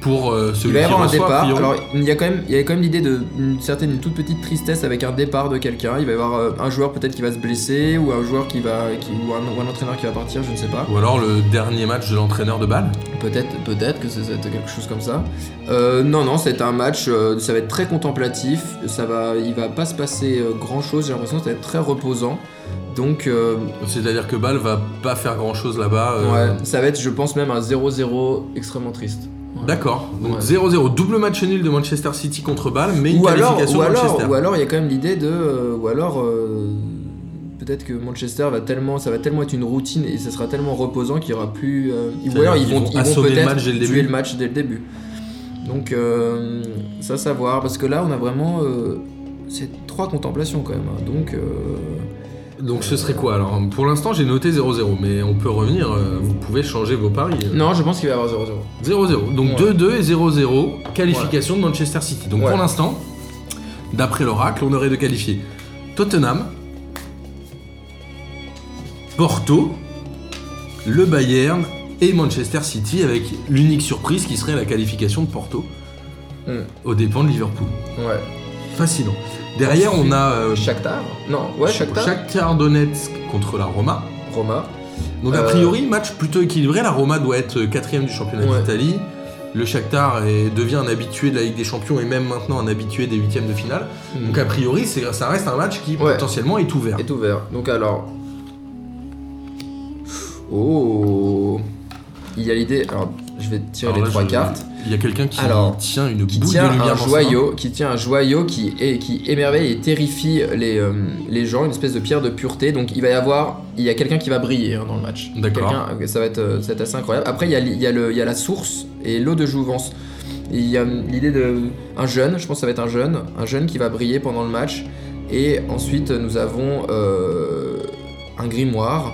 [SPEAKER 2] pour euh,
[SPEAKER 1] Il
[SPEAKER 2] celui
[SPEAKER 1] va y
[SPEAKER 2] qui
[SPEAKER 1] avoir un
[SPEAKER 2] reçoit,
[SPEAKER 1] départ.
[SPEAKER 2] Fillon.
[SPEAKER 1] Alors il y a quand même, il y a quand même l'idée de une certaine, une toute petite tristesse avec un départ de quelqu'un. Il va y avoir euh, un joueur peut-être qui va se blesser ou un joueur qui va, qui, ou, un, ou un entraîneur qui va partir. Je ne sais pas.
[SPEAKER 2] Ou alors le dernier match de l'entraîneur de Bâle.
[SPEAKER 1] Peut-être, peut-être que ça va être quelque chose comme ça. Euh, non, non, c'est un match. euh, ça va être très contemplatif. Ça va, il va pas se passer grand chose. J'ai l'impression que ça va être très reposant. Donc euh,
[SPEAKER 2] C'est-à-dire que Bâle va pas faire grand-chose là-bas. euh,
[SPEAKER 1] ouais, ça va être, je pense même un 0-0 extrêmement triste. Voilà.
[SPEAKER 2] D'accord. Donc
[SPEAKER 1] Ouais.
[SPEAKER 2] 0-0, double match nul de Manchester City contre Bâle, mais une
[SPEAKER 1] ou alors,
[SPEAKER 2] qualification
[SPEAKER 1] ou
[SPEAKER 2] de Manchester.
[SPEAKER 1] alors, ou alors, il y a quand même l'idée de, euh, ou alors, euh, peut-être que Manchester va tellement, ça va tellement être une routine et ça sera tellement reposant qu'il y aura plus, euh, ou
[SPEAKER 2] C'est-à-dire
[SPEAKER 1] alors ils
[SPEAKER 2] qu'ils
[SPEAKER 1] vont,
[SPEAKER 2] vont
[SPEAKER 1] ils vont
[SPEAKER 2] assommer le
[SPEAKER 1] peut-être
[SPEAKER 2] match dès le
[SPEAKER 1] tuer
[SPEAKER 2] début.
[SPEAKER 1] le match dès le début. Donc euh, ça, savoir, parce que là, on a vraiment, euh, c'est trois contemplations quand même. hein. donc euh,
[SPEAKER 2] Donc ce serait quoi alors Pour l'instant j'ai noté 0-0, mais on peut revenir, euh, vous pouvez changer vos paris.
[SPEAKER 1] non, je pense qu'il va y avoir 0-0.
[SPEAKER 2] 0-0. Donc
[SPEAKER 1] Ouais.
[SPEAKER 2] 2-2 et 0-0, qualification de Manchester City. Donc
[SPEAKER 1] Ouais.
[SPEAKER 2] pour l'instant, d'après l'oracle, on aurait de qualifier Tottenham, Porto, le Bayern et Manchester City avec l'unique surprise qui serait la qualification de Porto
[SPEAKER 1] Mm.
[SPEAKER 2] aux dépens de Liverpool.
[SPEAKER 1] Ouais.
[SPEAKER 2] Fascinant. Derrière, on a euh,
[SPEAKER 1] Shakhtar Non, ouais, Shakhtar.
[SPEAKER 2] Shakhtar Donetsk contre la Roma.
[SPEAKER 1] Roma.
[SPEAKER 2] Donc a
[SPEAKER 1] Euh,
[SPEAKER 2] priori, match plutôt équilibré. La Roma doit être euh, quatrième du championnat
[SPEAKER 1] Ouais.
[SPEAKER 2] d'Italie. Le Shakhtar est- devient un habitué de la Ligue des Champions et même maintenant un habitué des huitièmes de finale. Donc a priori, c'est- ça reste un match qui
[SPEAKER 1] Ouais.
[SPEAKER 2] potentiellement est ouvert.
[SPEAKER 1] est ouvert. Donc alors. Oh Il y a l'idée. Alors, je vais tirer les
[SPEAKER 2] Alors là,
[SPEAKER 1] trois
[SPEAKER 2] je-
[SPEAKER 1] cartes.
[SPEAKER 2] Il y a quelqu'un qui
[SPEAKER 1] Alors,
[SPEAKER 2] tient une
[SPEAKER 1] Qui
[SPEAKER 2] boule
[SPEAKER 1] tient,
[SPEAKER 2] de lumière
[SPEAKER 1] un
[SPEAKER 2] dans sa main.
[SPEAKER 1] joyau, qui tient un joyau qui, est, qui émerveille et terrifie les, euh, les gens, une espèce de pierre de pureté. Donc il va y avoir. Il y a quelqu'un qui va briller hein, dans le match.
[SPEAKER 2] D'accord.
[SPEAKER 1] Quelqu'un- Ça, va être, euh, ça va être assez incroyable. Après, il y a, l- il y a le- il y a la source et l'eau de jouvence. Il y a euh, l'idée de. Un jeune, je pense que ça va être un jeune. Un jeune qui va briller pendant le match. Et ensuite, nous avons euh, un grimoire.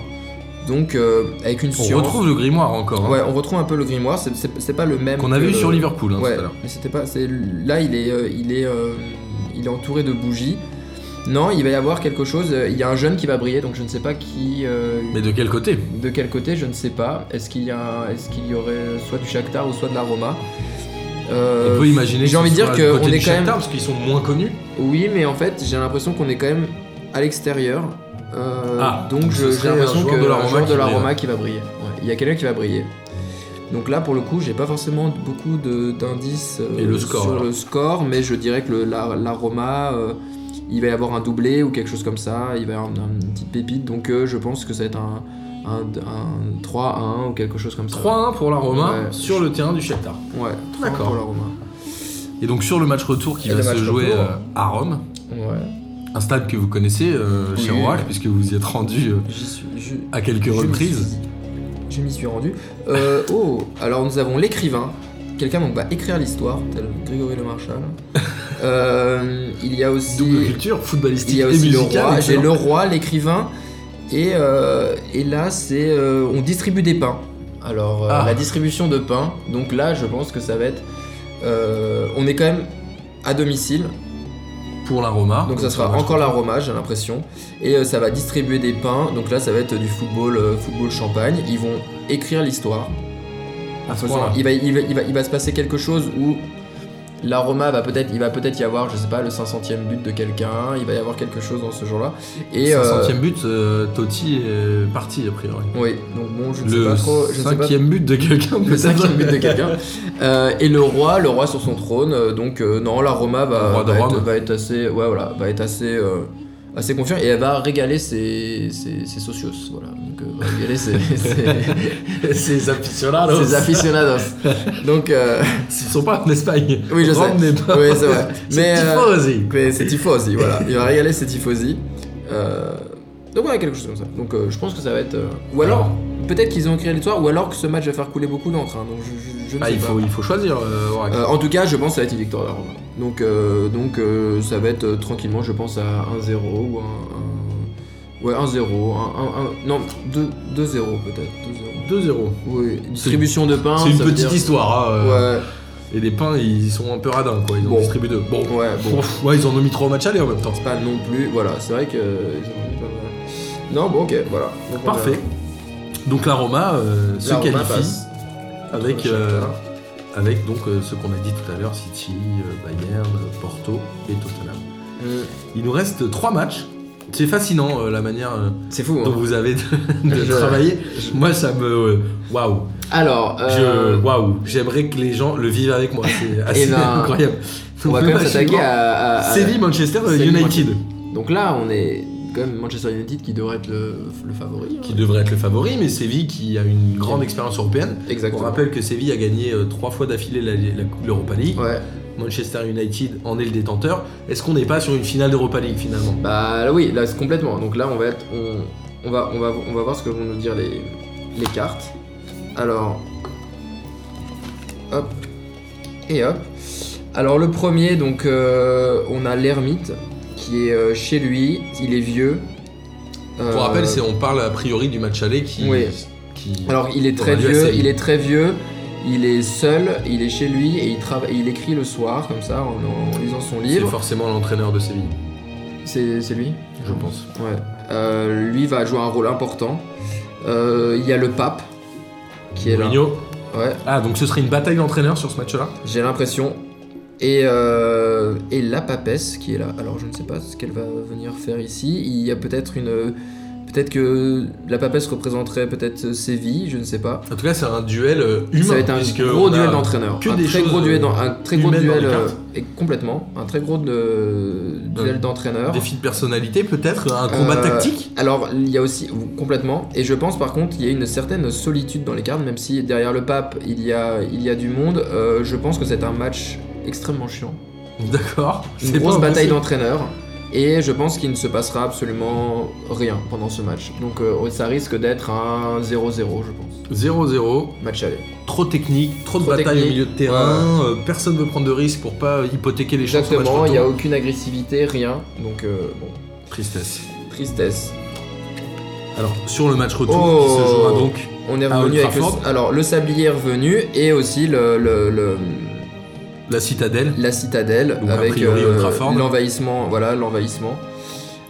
[SPEAKER 1] Donc, euh, avec une
[SPEAKER 2] On
[SPEAKER 1] science.
[SPEAKER 2] retrouve le grimoire encore. hein,
[SPEAKER 1] Ouais, on retrouve un peu le grimoire. C'est- C'est c'est pas le même.
[SPEAKER 2] Qu'on a
[SPEAKER 1] que
[SPEAKER 2] vu
[SPEAKER 1] le-
[SPEAKER 2] sur Liverpool hein,
[SPEAKER 1] Ouais,
[SPEAKER 2] tout à l'heure.
[SPEAKER 1] mais c'était pas. c'est- Là, il est, euh, il, est, euh, il est entouré de bougies. Non, il va y avoir quelque chose. euh, Il y a un jeune qui va briller, donc je ne sais pas qui. euh,
[SPEAKER 2] Mais de quel côté
[SPEAKER 1] de quel côté, je ne sais pas. Est-ce qu'il y, a- est-ce qu'il y aurait euh, soit du Shakhtar ou soit de la Roma Euh,
[SPEAKER 2] On peut imaginer.
[SPEAKER 1] j'ai
[SPEAKER 2] ce
[SPEAKER 1] envie de
[SPEAKER 2] soit
[SPEAKER 1] dire
[SPEAKER 2] du
[SPEAKER 1] que
[SPEAKER 2] côté
[SPEAKER 1] on
[SPEAKER 2] du
[SPEAKER 1] est quand
[SPEAKER 2] Shakhtar,
[SPEAKER 1] même-
[SPEAKER 2] parce qu'ils sont moins connus.
[SPEAKER 1] Oui, mais en fait, j'ai l'impression qu'on est quand même à l'extérieur. Euh,
[SPEAKER 2] Ah,
[SPEAKER 1] donc
[SPEAKER 2] ce
[SPEAKER 1] je- j'ai
[SPEAKER 2] serait un
[SPEAKER 1] l'impression
[SPEAKER 2] joueur
[SPEAKER 1] que
[SPEAKER 2] de la
[SPEAKER 1] un
[SPEAKER 2] Roma
[SPEAKER 1] joueur
[SPEAKER 2] qui euh,
[SPEAKER 1] de la
[SPEAKER 2] brille.
[SPEAKER 1] Roma qui va briller. Ouais, Il y a quelqu'un qui va briller. Donc là, pour le coup, j'ai pas forcément beaucoup de- d'indices euh,
[SPEAKER 2] Et le score,
[SPEAKER 1] sur
[SPEAKER 2] alors
[SPEAKER 1] le score, mais je dirais que le- la, la Roma euh, il va y avoir un doublé ou quelque chose comme ça, il va y avoir un- une petite pépite, donc euh, je pense que ça va être un, un, un 3 à 1 ou quelque chose comme ça.
[SPEAKER 2] 3-1 pour la Roma
[SPEAKER 1] Ouais.
[SPEAKER 2] sur le terrain du Shakhtar.
[SPEAKER 1] Ouais, 3
[SPEAKER 2] D'accord.
[SPEAKER 1] pour la Roma.
[SPEAKER 2] Et donc sur le match retour qui
[SPEAKER 1] Et
[SPEAKER 2] va
[SPEAKER 1] le
[SPEAKER 2] se
[SPEAKER 1] match
[SPEAKER 2] jouer
[SPEAKER 1] retour.
[SPEAKER 2] euh, à Rome,
[SPEAKER 1] Ouais,
[SPEAKER 2] un stade que vous connaissez, euh, cher
[SPEAKER 1] Oui.
[SPEAKER 2] Oracle, puisque vous y êtes rendu euh,
[SPEAKER 1] j'y suis. je-
[SPEAKER 2] à quelques
[SPEAKER 1] je m'y
[SPEAKER 2] reprises.
[SPEAKER 1] suis- Je m'y suis rendu. Euh, oh, alors nous avons l'écrivain, quelqu'un donc va écrire l'histoire, tel Grégory Le
[SPEAKER 2] (laughs)
[SPEAKER 1] Marchal. Euh, il y a aussi.
[SPEAKER 2] Double culture, footballistique
[SPEAKER 1] Il y a
[SPEAKER 2] et
[SPEAKER 1] aussi le
[SPEAKER 2] musicale,
[SPEAKER 1] roi, j'ai
[SPEAKER 2] excellent.
[SPEAKER 1] le roi, l'écrivain, et, euh, et là c'est euh, on distribue des pains. Alors euh,
[SPEAKER 2] Ah.
[SPEAKER 1] la distribution de pains, donc là je pense que ça va être, euh, on est quand même à domicile,
[SPEAKER 2] pour la Roma.
[SPEAKER 1] donc ça
[SPEAKER 2] sur
[SPEAKER 1] sera
[SPEAKER 2] le match
[SPEAKER 1] encore l'aromage j'ai l'impression, et euh, ça va distribuer des pains, donc là ça va être du football, euh, football champagne, ils vont écrire l'histoire.
[SPEAKER 2] retour. À ce
[SPEAKER 1] Faisant-
[SPEAKER 2] point-là.
[SPEAKER 1] Il va, il, va, il, va, il va se passer quelque chose où l'aroma va peut-être, il va peut-être y avoir, je sais pas, le 500e but de quelqu'un, il va y avoir quelque chose dans ce jour-là. Et euh,
[SPEAKER 2] 500e but, euh, Totti est parti a priori.
[SPEAKER 1] Oui, donc bon, je ne sais
[SPEAKER 2] Le
[SPEAKER 1] pas trop. Je ne sais pas
[SPEAKER 2] cinquième but de quelqu'un,
[SPEAKER 1] le
[SPEAKER 2] peut-être.
[SPEAKER 1] cinquième but de
[SPEAKER 2] (laughs)
[SPEAKER 1] quelqu'un. Euh, et le roi, le roi sur son trône. euh, donc euh, non, la Roma
[SPEAKER 2] Le
[SPEAKER 1] va,
[SPEAKER 2] roi de
[SPEAKER 1] va être,
[SPEAKER 2] Rome.
[SPEAKER 1] va être assez, ouais voilà, va être assez, euh, assez confiant et elle va régaler ses, ses, ses socios, voilà. Donc euh, va régaler ses, (laughs)
[SPEAKER 2] (laughs)
[SPEAKER 1] ses,
[SPEAKER 2] Ces aficionados.
[SPEAKER 1] ses aficionados. Donc euh,
[SPEAKER 2] Ils sont pas en Espagne.
[SPEAKER 1] oui, je sais.
[SPEAKER 2] Rome n'est pas.
[SPEAKER 1] Oui, c'est
[SPEAKER 2] (laughs)
[SPEAKER 1] vrai.
[SPEAKER 2] Mais
[SPEAKER 1] Mais euh,
[SPEAKER 2] tifosi.
[SPEAKER 1] mais c'est tifosi, voilà. Il va régaler ses tifosi. Euh, donc voilà, quelque chose comme ça. Donc euh, je pense que ça va être. euh, Ou alors, peut-être qu'ils ont créé l'histoire, ou alors que ce match va faire couler beaucoup d'encre. hein. donc je, je- je ne
[SPEAKER 2] Ah,
[SPEAKER 1] sais
[SPEAKER 2] il
[SPEAKER 1] pas.
[SPEAKER 2] faut, il faut choisir. euh, Oracle.
[SPEAKER 1] Euh, en tout cas, je pense que ça va être une victoire de la Roma. Donc, euh, donc euh, ça va être euh, tranquillement, je pense, à 1-0 ou un. un- Ouais, 1-0, un- un- un- non, 2-0 peut-être, 2-0.
[SPEAKER 2] 2-0.
[SPEAKER 1] Oui, distribution de pain.
[SPEAKER 2] C'est une
[SPEAKER 1] Euh, ça veut
[SPEAKER 2] petite
[SPEAKER 1] dire-
[SPEAKER 2] histoire. hein, euh,
[SPEAKER 1] Ouais,
[SPEAKER 2] Et les pains, ils sont un peu radins, quoi. Ils en
[SPEAKER 1] Bon.
[SPEAKER 2] distribuent deux. Bon.
[SPEAKER 1] ouais, bon,
[SPEAKER 2] Ouais, ils en ont mis trois au match aller en même temps.
[SPEAKER 1] c'est pas non plus, voilà, c'est vrai que. euh, ils ont mis pas mal. Non, bon, ok, voilà. Donc, on
[SPEAKER 2] Parfait. Donc la Roma euh,
[SPEAKER 1] a-
[SPEAKER 2] se
[SPEAKER 1] la Roma
[SPEAKER 2] qualifie
[SPEAKER 1] passe Ah,
[SPEAKER 2] avec,
[SPEAKER 1] contre le
[SPEAKER 2] euh,
[SPEAKER 1] Shakhtar.
[SPEAKER 2] avec donc euh, ce qu'on a dit tout à l'heure City, euh, Bayern, euh, Porto et Tottenham.
[SPEAKER 1] Mm.
[SPEAKER 2] Il nous reste trois matchs. C'est fascinant euh, la manière euh,
[SPEAKER 1] C'est fou. hein.
[SPEAKER 2] dont vous avez
[SPEAKER 1] (laughs)
[SPEAKER 2] de, de
[SPEAKER 1] Je-
[SPEAKER 2] travailler. Moi, ça me euh, waouh.
[SPEAKER 1] Alors,
[SPEAKER 2] Je-
[SPEAKER 1] euh,
[SPEAKER 2] Waouh. J'aimerais que les gens le vivent avec moi. C'est assez
[SPEAKER 1] ben,
[SPEAKER 2] incroyable.
[SPEAKER 1] on va quand
[SPEAKER 2] (laughs)
[SPEAKER 1] même
[SPEAKER 2] Imagine-
[SPEAKER 1] s'attaquer à- à- à-
[SPEAKER 2] Séville, Manchester
[SPEAKER 1] Séville,
[SPEAKER 2] United,
[SPEAKER 1] Donc là, on est quand même Manchester United qui devrait être le, le favori. hein.
[SPEAKER 2] qui devrait être le favori, mais Séville qui a une grande expérience européenne. On
[SPEAKER 1] Exactement.
[SPEAKER 2] rappelle que Séville a gagné euh, trois fois d'affilée la- la Coupe- l'Europa League.
[SPEAKER 1] Ouais.
[SPEAKER 2] Manchester United en est le détenteur. Est-ce qu'on n'est pas sur une finale d'Europa League finalement
[SPEAKER 1] Bah là, oui, là c'est complètement. Donc là, on va être, on, on va, on va, on va voir ce que vont nous dire les, les cartes. Alors, hop et hop. Alors le premier, donc euh, on a l'ermite qui est euh, chez lui. Il est vieux. Euh,
[SPEAKER 2] Pour rappel, c'est on parle a priori du match aller qui.
[SPEAKER 1] Oui.
[SPEAKER 2] qui-
[SPEAKER 1] Alors il est
[SPEAKER 2] Dans
[SPEAKER 1] très
[SPEAKER 2] la
[SPEAKER 1] vieux,
[SPEAKER 2] USA.
[SPEAKER 1] il est très vieux, il est seul, il est chez lui et il travaille, il écrit le soir comme ça en, en lisant son
[SPEAKER 2] c'est
[SPEAKER 1] livre.
[SPEAKER 2] forcément l'entraîneur de Séville,
[SPEAKER 1] C'est c'est lui.
[SPEAKER 2] je pense.
[SPEAKER 1] Ouais. Euh, lui va jouer un rôle important. Euh, Il y a le pape qui est là.
[SPEAKER 2] Mourinho.
[SPEAKER 1] Ouais,
[SPEAKER 2] Ah, donc ce serait une bataille d'entraîneurs sur ce match-là
[SPEAKER 1] j'ai l'impression. Et, euh, et la papesse qui est là. Alors je ne sais pas ce qu'elle va venir faire ici. Il y a peut-être une. Peut-être que la papesse représenterait peut-être Séville, je ne sais pas.
[SPEAKER 2] En tout cas, c'est un duel euh, humain.
[SPEAKER 1] Ça va être un
[SPEAKER 2] puisque
[SPEAKER 1] gros
[SPEAKER 2] on a-
[SPEAKER 1] duel d'entraîneur.
[SPEAKER 2] que
[SPEAKER 1] un
[SPEAKER 2] des
[SPEAKER 1] très
[SPEAKER 2] choses,
[SPEAKER 1] gros duel, dans-
[SPEAKER 2] euh,
[SPEAKER 1] un très gros
[SPEAKER 2] humaines dans les
[SPEAKER 1] duel euh,
[SPEAKER 2] cartes.
[SPEAKER 1] et complètement, un très gros de- duel
[SPEAKER 2] Euh,
[SPEAKER 1] d'entraîneur.
[SPEAKER 2] Défi de personnalité peut-être, un combat
[SPEAKER 1] Euh,
[SPEAKER 2] tactique
[SPEAKER 1] Alors il y a aussi complètement, et je pense par contre il y a une certaine solitude dans les cartes, même si derrière le pape il y a il y a du monde. euh, je pense que c'est un match extrêmement chiant,
[SPEAKER 2] D'accord.
[SPEAKER 1] une grosse
[SPEAKER 2] impossible.
[SPEAKER 1] bataille d'entraîneur. Et je pense qu'il ne se passera absolument rien pendant ce match. Donc euh, ça risque d'être un 0-0, je pense.
[SPEAKER 2] 0-0,
[SPEAKER 1] Match aller.
[SPEAKER 2] trop technique, trop de
[SPEAKER 1] Trop
[SPEAKER 2] bataille au
[SPEAKER 1] technique.
[SPEAKER 2] milieu de terrain, euh, personne ne veut prendre de risques pour pas hypothéquer les chances au match
[SPEAKER 1] Exactement, il n'y a
[SPEAKER 2] retour.
[SPEAKER 1] aucune agressivité, rien. Donc euh, bon.
[SPEAKER 2] Tristesse.
[SPEAKER 1] Tristesse.
[SPEAKER 2] Alors, sur le match retour
[SPEAKER 1] Oh.
[SPEAKER 2] qui se jouera donc
[SPEAKER 1] On est
[SPEAKER 2] Ah,
[SPEAKER 1] revenu
[SPEAKER 2] Old
[SPEAKER 1] avec
[SPEAKER 2] Trafford.
[SPEAKER 1] le, alors le sablier est revenu et aussi le, le- le-
[SPEAKER 2] la citadelle.
[SPEAKER 1] la citadelle
[SPEAKER 2] Donc, a
[SPEAKER 1] avec euh,
[SPEAKER 2] priori, Old Trafford.
[SPEAKER 1] l'envahissement voilà l'envahissement.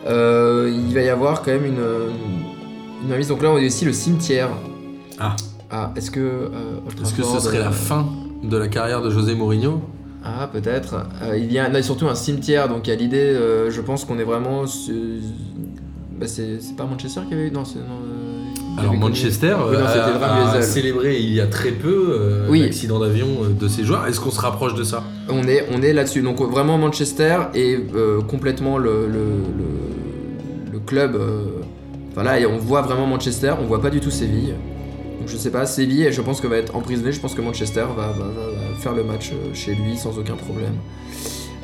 [SPEAKER 1] Euh, il va y avoir quand même une une mainmise. donc là on est aussi le cimetière.
[SPEAKER 2] Ah.
[SPEAKER 1] Ah est-ce que euh, Old
[SPEAKER 2] Est-ce que ce
[SPEAKER 1] Trafford,
[SPEAKER 2] serait la
[SPEAKER 1] euh,
[SPEAKER 2] fin de la carrière de José Mourinho
[SPEAKER 1] Ah peut-être. Euh, il y a là, surtout un cimetière donc il y a l'idée euh, je pense qu'on est vraiment su- bah, c'est c'est pas Manchester qui avait non c'est non, euh,
[SPEAKER 2] Alors
[SPEAKER 1] avait
[SPEAKER 2] Manchester
[SPEAKER 1] connu- Oui, non,
[SPEAKER 2] euh,
[SPEAKER 1] c'était vraiment
[SPEAKER 2] a, a
[SPEAKER 1] les ailes.
[SPEAKER 2] célébré il y a très peu euh,
[SPEAKER 1] Oui.
[SPEAKER 2] l'accident d'avion euh, de ses joueurs. Est-ce qu'on se rapproche de ça
[SPEAKER 1] On est, on est là-dessus. Donc euh, vraiment Manchester est euh, complètement le, le- le- le club. euh, Enfin là, et on voit vraiment Manchester, on voit pas du tout Séville. Donc je sais pas, Séville, je pense que va être emprisonné. Je pense que Manchester va, va- va- va faire le match euh, chez lui sans aucun problème.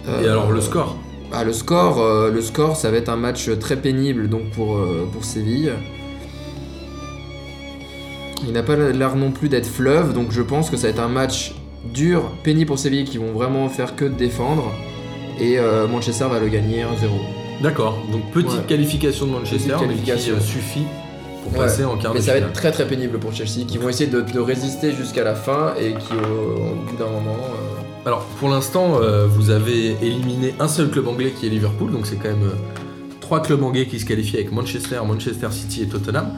[SPEAKER 2] Et
[SPEAKER 1] Euh,
[SPEAKER 2] alors le score
[SPEAKER 1] ah, le score, euh, le score, ça va être un match très pénible donc pour, euh, pour Séville. Il n'a pas l'air non plus d'être fleuve, donc je pense que ça va être un match dur, pénible pour Séville qui vont vraiment faire que de défendre. Et euh, Manchester va le gagner 1-0.
[SPEAKER 2] D'accord. Donc petite
[SPEAKER 1] Ouais.
[SPEAKER 2] qualification de Manchester,
[SPEAKER 1] Petite
[SPEAKER 2] mais
[SPEAKER 1] qualification.
[SPEAKER 2] qui euh, suffit pour
[SPEAKER 1] Ouais.
[SPEAKER 2] passer en quart
[SPEAKER 1] Mais
[SPEAKER 2] de
[SPEAKER 1] ça va
[SPEAKER 2] finale.
[SPEAKER 1] être très très pénible pour Chelsea qui vont essayer de, de résister jusqu'à la fin et qui au, au bout d'un moment. euh,
[SPEAKER 2] Alors pour l'instant, euh, vous avez éliminé un seul club anglais qui est Liverpool, donc c'est quand même euh, trois clubs anglais qui se qualifient avec Manchester, Manchester City et Tottenham.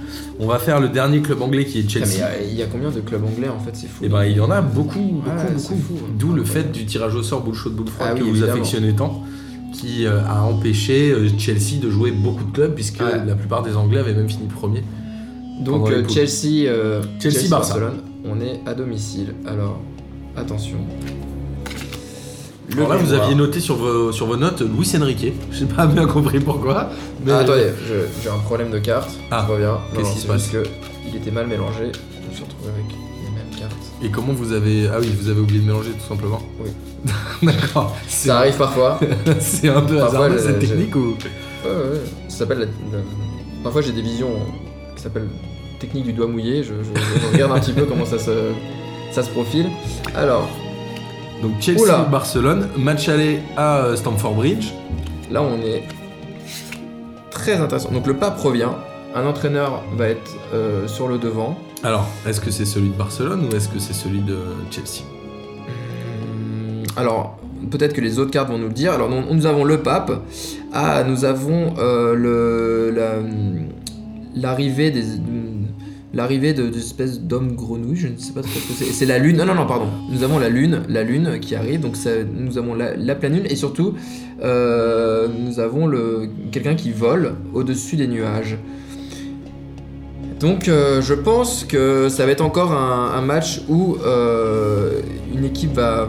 [SPEAKER 2] On va faire le dernier club anglais qui est
[SPEAKER 1] putain, Ah, mais il y
[SPEAKER 2] Chelsea.
[SPEAKER 1] a- il y, a combien de clubs anglais en fait C'est fou.
[SPEAKER 2] Et ben il y en a beaucoup, beaucoup,
[SPEAKER 1] Ouais, c'est
[SPEAKER 2] beaucoup.
[SPEAKER 1] fou.
[SPEAKER 2] D'où le fait du tirage au sort boule chaude boule froide
[SPEAKER 1] Ah
[SPEAKER 2] que
[SPEAKER 1] oui,
[SPEAKER 2] vous
[SPEAKER 1] évidemment.
[SPEAKER 2] affectionnez tant, qui euh, a empêché euh, Chelsea de jouer beaucoup de clubs puisque
[SPEAKER 1] Ouais.
[SPEAKER 2] la plupart des Anglais avaient même fini premier.
[SPEAKER 1] Donc
[SPEAKER 2] Pendant les
[SPEAKER 1] euh,
[SPEAKER 2] poules.
[SPEAKER 1] Chelsea, euh,
[SPEAKER 2] Chelsea, Barça.
[SPEAKER 1] Barcelone, on est à domicile. Alors attention. Le
[SPEAKER 2] Alors là vous
[SPEAKER 1] mémoire.
[SPEAKER 2] aviez noté sur vos, sur vos notes Luis Enrique. J'ai pas bien compris pourquoi. Mais
[SPEAKER 1] Ah, attendez, je- j'ai un problème de carte.
[SPEAKER 2] Ah,
[SPEAKER 1] je reviens. Non,
[SPEAKER 2] qu'est-ce
[SPEAKER 1] non,
[SPEAKER 2] qui se
[SPEAKER 1] c'est juste que Il était mal mélangé. Je me suis retrouvé avec les mêmes cartes.
[SPEAKER 2] Et comment vous avez ah oui vous avez oublié de mélanger tout simplement.
[SPEAKER 1] Oui.
[SPEAKER 2] (laughs) D'accord. C'est
[SPEAKER 1] Ça arrive
[SPEAKER 2] (laughs)
[SPEAKER 1] parfois. Ouais,
[SPEAKER 2] c'est un peu
[SPEAKER 1] Parfois,
[SPEAKER 2] hasardeux
[SPEAKER 1] je-
[SPEAKER 2] cette
[SPEAKER 1] je-
[SPEAKER 2] technique ou
[SPEAKER 1] ouais, Ça s'appelle la, la- Parfois j'ai des visions qui s'appellent technique du doigt mouillé. Je, je- je regarde un petit peu comment ça se, ça se profile. Alors
[SPEAKER 2] donc Chelsea
[SPEAKER 1] Oula.
[SPEAKER 2] Barcelone match aller à euh, Stamford Bridge.
[SPEAKER 1] Là, on est très intéressant. Donc, le pape revient. Un entraîneur va être euh, sur le devant.
[SPEAKER 2] Alors est-ce que c'est celui de Barcelone ou est-ce que c'est celui de Chelsea?
[SPEAKER 1] Hum, Alors, peut-être que les autres cartes vont nous le dire. Alors, nous, nous avons le pape. Ah, nous avons euh, le, hum, la- l'arrivée des. L'arrivée de- d'espèces d'hommes grenouilles, je ne sais pas trop ce que c'est. C'est la lune. Non, non, non, pardon. Nous avons la lune, la lune qui arrive. Donc ça, nous avons la, la planule et surtout euh, nous avons le quelqu'un qui vole au-dessus des nuages. Donc euh, je pense que ça va être encore un, un match où euh, une équipe va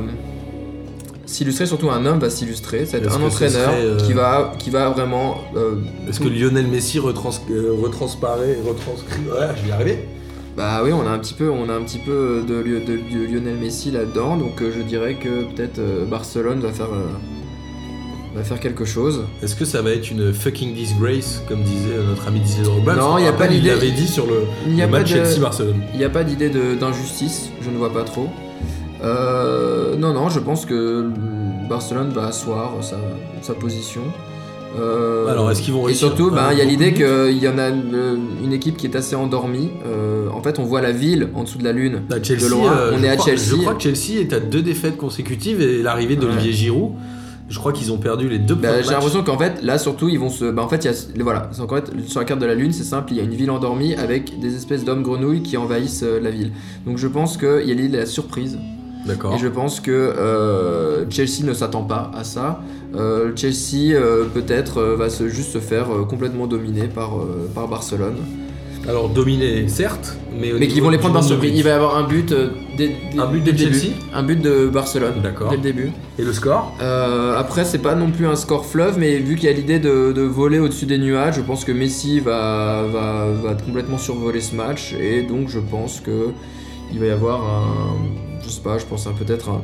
[SPEAKER 1] s'illustrer, surtout un homme va s'illustrer, ça va être
[SPEAKER 2] Est-ce
[SPEAKER 1] un
[SPEAKER 2] que ce
[SPEAKER 1] entraîneur
[SPEAKER 2] serait, euh,
[SPEAKER 1] qui, va, qui va vraiment... euh,
[SPEAKER 2] Est-ce que Lionel Messi retrans- euh, retransparaît, retranscrit Voilà, je vais y arriver.
[SPEAKER 1] bah oui, on a un petit peu, on a un petit peu euh, de, Lio- de- de Lionel Messi là-dedans, donc euh, je dirais que peut-être euh, Barcelone va faire, euh, va faire quelque chose.
[SPEAKER 2] Est-ce que ça va être une fucking disgrace, comme disait euh, notre ami Didier Drogba
[SPEAKER 1] Non,
[SPEAKER 2] Parce
[SPEAKER 1] y a
[SPEAKER 2] qu'on
[SPEAKER 1] pas
[SPEAKER 2] rappelle,
[SPEAKER 1] l'idée.
[SPEAKER 2] Il l'avait dit sur le,
[SPEAKER 1] Il n'y
[SPEAKER 2] le
[SPEAKER 1] a, pas
[SPEAKER 2] match
[SPEAKER 1] de-
[SPEAKER 2] Chelsea-Barcelone.
[SPEAKER 1] il n'y a pas d'idée de- d'injustice, je ne vois pas trop. Euh, non, non, je pense que Barcelone va asseoir sa, sa position. Euh,
[SPEAKER 2] Alors, est-ce qu'ils vont
[SPEAKER 1] Et
[SPEAKER 2] réussir
[SPEAKER 1] surtout, ben, il y
[SPEAKER 2] Ah,
[SPEAKER 1] a
[SPEAKER 2] beaucoup
[SPEAKER 1] l'idée
[SPEAKER 2] de
[SPEAKER 1] qu'il y en a euh, une équipe qui est assez endormie. Euh, en fait, on voit la ville en dessous de la lune.
[SPEAKER 2] À Bah, Chelsea, euh,
[SPEAKER 1] de loin, on
[SPEAKER 2] je
[SPEAKER 1] est à
[SPEAKER 2] crois- Je
[SPEAKER 1] Chelsea.
[SPEAKER 2] crois que Chelsea est à deux défaites consécutives et l'arrivée d'Olivier Giroud. Je crois qu'ils ont perdu les deux
[SPEAKER 1] Bah,
[SPEAKER 2] premiers
[SPEAKER 1] j'ai
[SPEAKER 2] matchs.
[SPEAKER 1] l'impression qu'en fait, là surtout, ils vont se. Bah, en fait, il y a... voilà, c'est encore sur la carte de la Lune, c'est simple, il y a une ville endormie avec des espèces d'hommes grenouilles qui envahissent euh, la ville. Donc je pense qu'il y a l'idée de la surprise.
[SPEAKER 2] D'accord.
[SPEAKER 1] Et je pense que euh, Chelsea ne s'attend pas à ça. Euh, Chelsea euh, peut-être euh, va se, juste se faire euh, complètement dominer par, euh, par Barcelone.
[SPEAKER 2] Alors dominé, certes, mais au
[SPEAKER 1] Mais
[SPEAKER 2] niveau
[SPEAKER 1] qu'ils vont les
[SPEAKER 2] du
[SPEAKER 1] prendre par
[SPEAKER 2] nombre de
[SPEAKER 1] surprise.
[SPEAKER 2] buts.
[SPEAKER 1] Il va y avoir un but euh, dès, dès-
[SPEAKER 2] Un but
[SPEAKER 1] dès
[SPEAKER 2] de
[SPEAKER 1] le début.
[SPEAKER 2] Chelsea
[SPEAKER 1] un but de Barcelone
[SPEAKER 2] D'accord.
[SPEAKER 1] dès le début.
[SPEAKER 2] Et le score
[SPEAKER 1] Euh, après, c'est pas non plus un score fleuve, mais vu qu'il y a l'idée de, de voler au-dessus des nuages, je pense que Messi va, va, va complètement survoler ce match, et donc je pense que il va y avoir un, je sais pas, je pense à peut-être un,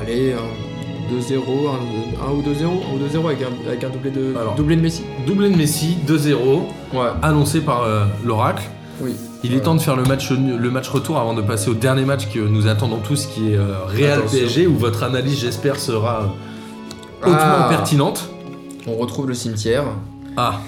[SPEAKER 1] allez, un 2-0, un, un ou 2-0, un ou 2-0 avec un, avec un doublé de,
[SPEAKER 2] Alors.
[SPEAKER 1] doublé de Messi.
[SPEAKER 2] Doublé de Messi, 2-0,
[SPEAKER 1] Ouais,
[SPEAKER 2] annoncé par euh, l'oracle.
[SPEAKER 1] oui.
[SPEAKER 2] Il est temps de faire le match, le match retour avant de passer au dernier match que nous attendons tous, qui est euh, Real
[SPEAKER 1] Attention.
[SPEAKER 2] PSG, où votre analyse, j'espère, sera euh, hautement
[SPEAKER 1] Ah.
[SPEAKER 2] pertinente.
[SPEAKER 1] On retrouve le cimetière.
[SPEAKER 2] Ah,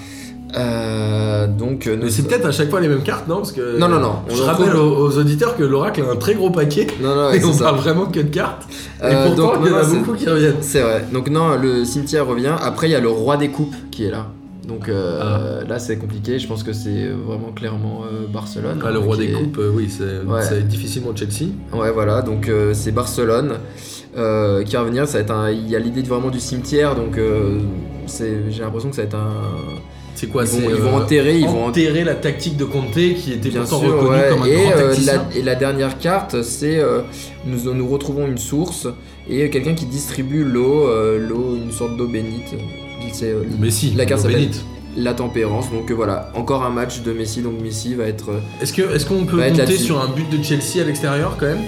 [SPEAKER 1] Euh, donc, euh,
[SPEAKER 2] mais c'est peut-être à chaque fois les mêmes cartes, non Parce que
[SPEAKER 1] Non, non, non.
[SPEAKER 2] Je
[SPEAKER 1] On
[SPEAKER 2] rappelle
[SPEAKER 1] retrouve-
[SPEAKER 2] aux, aux auditeurs que l'oracle a un très gros paquet (laughs)
[SPEAKER 1] Non, non, ouais,
[SPEAKER 2] et on
[SPEAKER 1] c'est ça.
[SPEAKER 2] parle vraiment que de cartes.
[SPEAKER 1] Euh,
[SPEAKER 2] et pourtant,
[SPEAKER 1] donc,
[SPEAKER 2] il y en
[SPEAKER 1] non,
[SPEAKER 2] a
[SPEAKER 1] non, c'est-
[SPEAKER 2] beaucoup qui reviennent.
[SPEAKER 1] C'est vrai. Donc non, le cimetière revient. Après, il y a le roi des coupes qui est là. Donc
[SPEAKER 2] Ah.
[SPEAKER 1] euh, là, c'est compliqué. Je pense que c'est vraiment clairement euh, Barcelone.
[SPEAKER 2] Ah, le roi
[SPEAKER 1] qui
[SPEAKER 2] des
[SPEAKER 1] est-
[SPEAKER 2] coupes, euh, oui, c'est
[SPEAKER 1] Ouais.
[SPEAKER 2] c'est difficilement Chelsea.
[SPEAKER 1] Ouais, voilà. Donc euh, c'est Barcelone euh, qui va revenir. Ça va être un- Il y a l'idée de- vraiment du cimetière. Donc euh, c'est- j'ai l'impression que ça va être un.
[SPEAKER 2] C'est quoi
[SPEAKER 1] ils, vont,
[SPEAKER 2] c'est,
[SPEAKER 1] ils vont
[SPEAKER 2] euh,
[SPEAKER 1] enterrer, ils vont
[SPEAKER 2] enterrer la tactique de Conte qui était
[SPEAKER 1] Bien
[SPEAKER 2] pourtant
[SPEAKER 1] sûr,
[SPEAKER 2] reconnue
[SPEAKER 1] ouais.
[SPEAKER 2] comme un
[SPEAKER 1] et,
[SPEAKER 2] grand
[SPEAKER 1] euh,
[SPEAKER 2] tacticien.
[SPEAKER 1] la, et la dernière carte, c'est euh, nous, nous retrouvons une source et quelqu'un qui distribue l'eau, euh, l'eau, une sorte d'eau bénite. C'est euh,
[SPEAKER 2] Mais si,
[SPEAKER 1] la carte
[SPEAKER 2] l'eau
[SPEAKER 1] s'appelle-
[SPEAKER 2] bénite.
[SPEAKER 1] la tempérance. Donc euh, voilà, encore un match de Messi. Donc Messi va être. euh,
[SPEAKER 2] Est-ce que- est-ce qu'on peut
[SPEAKER 1] Va être
[SPEAKER 2] compter
[SPEAKER 1] là-dessus.
[SPEAKER 2] sur un but de Chelsea à l'extérieur quand même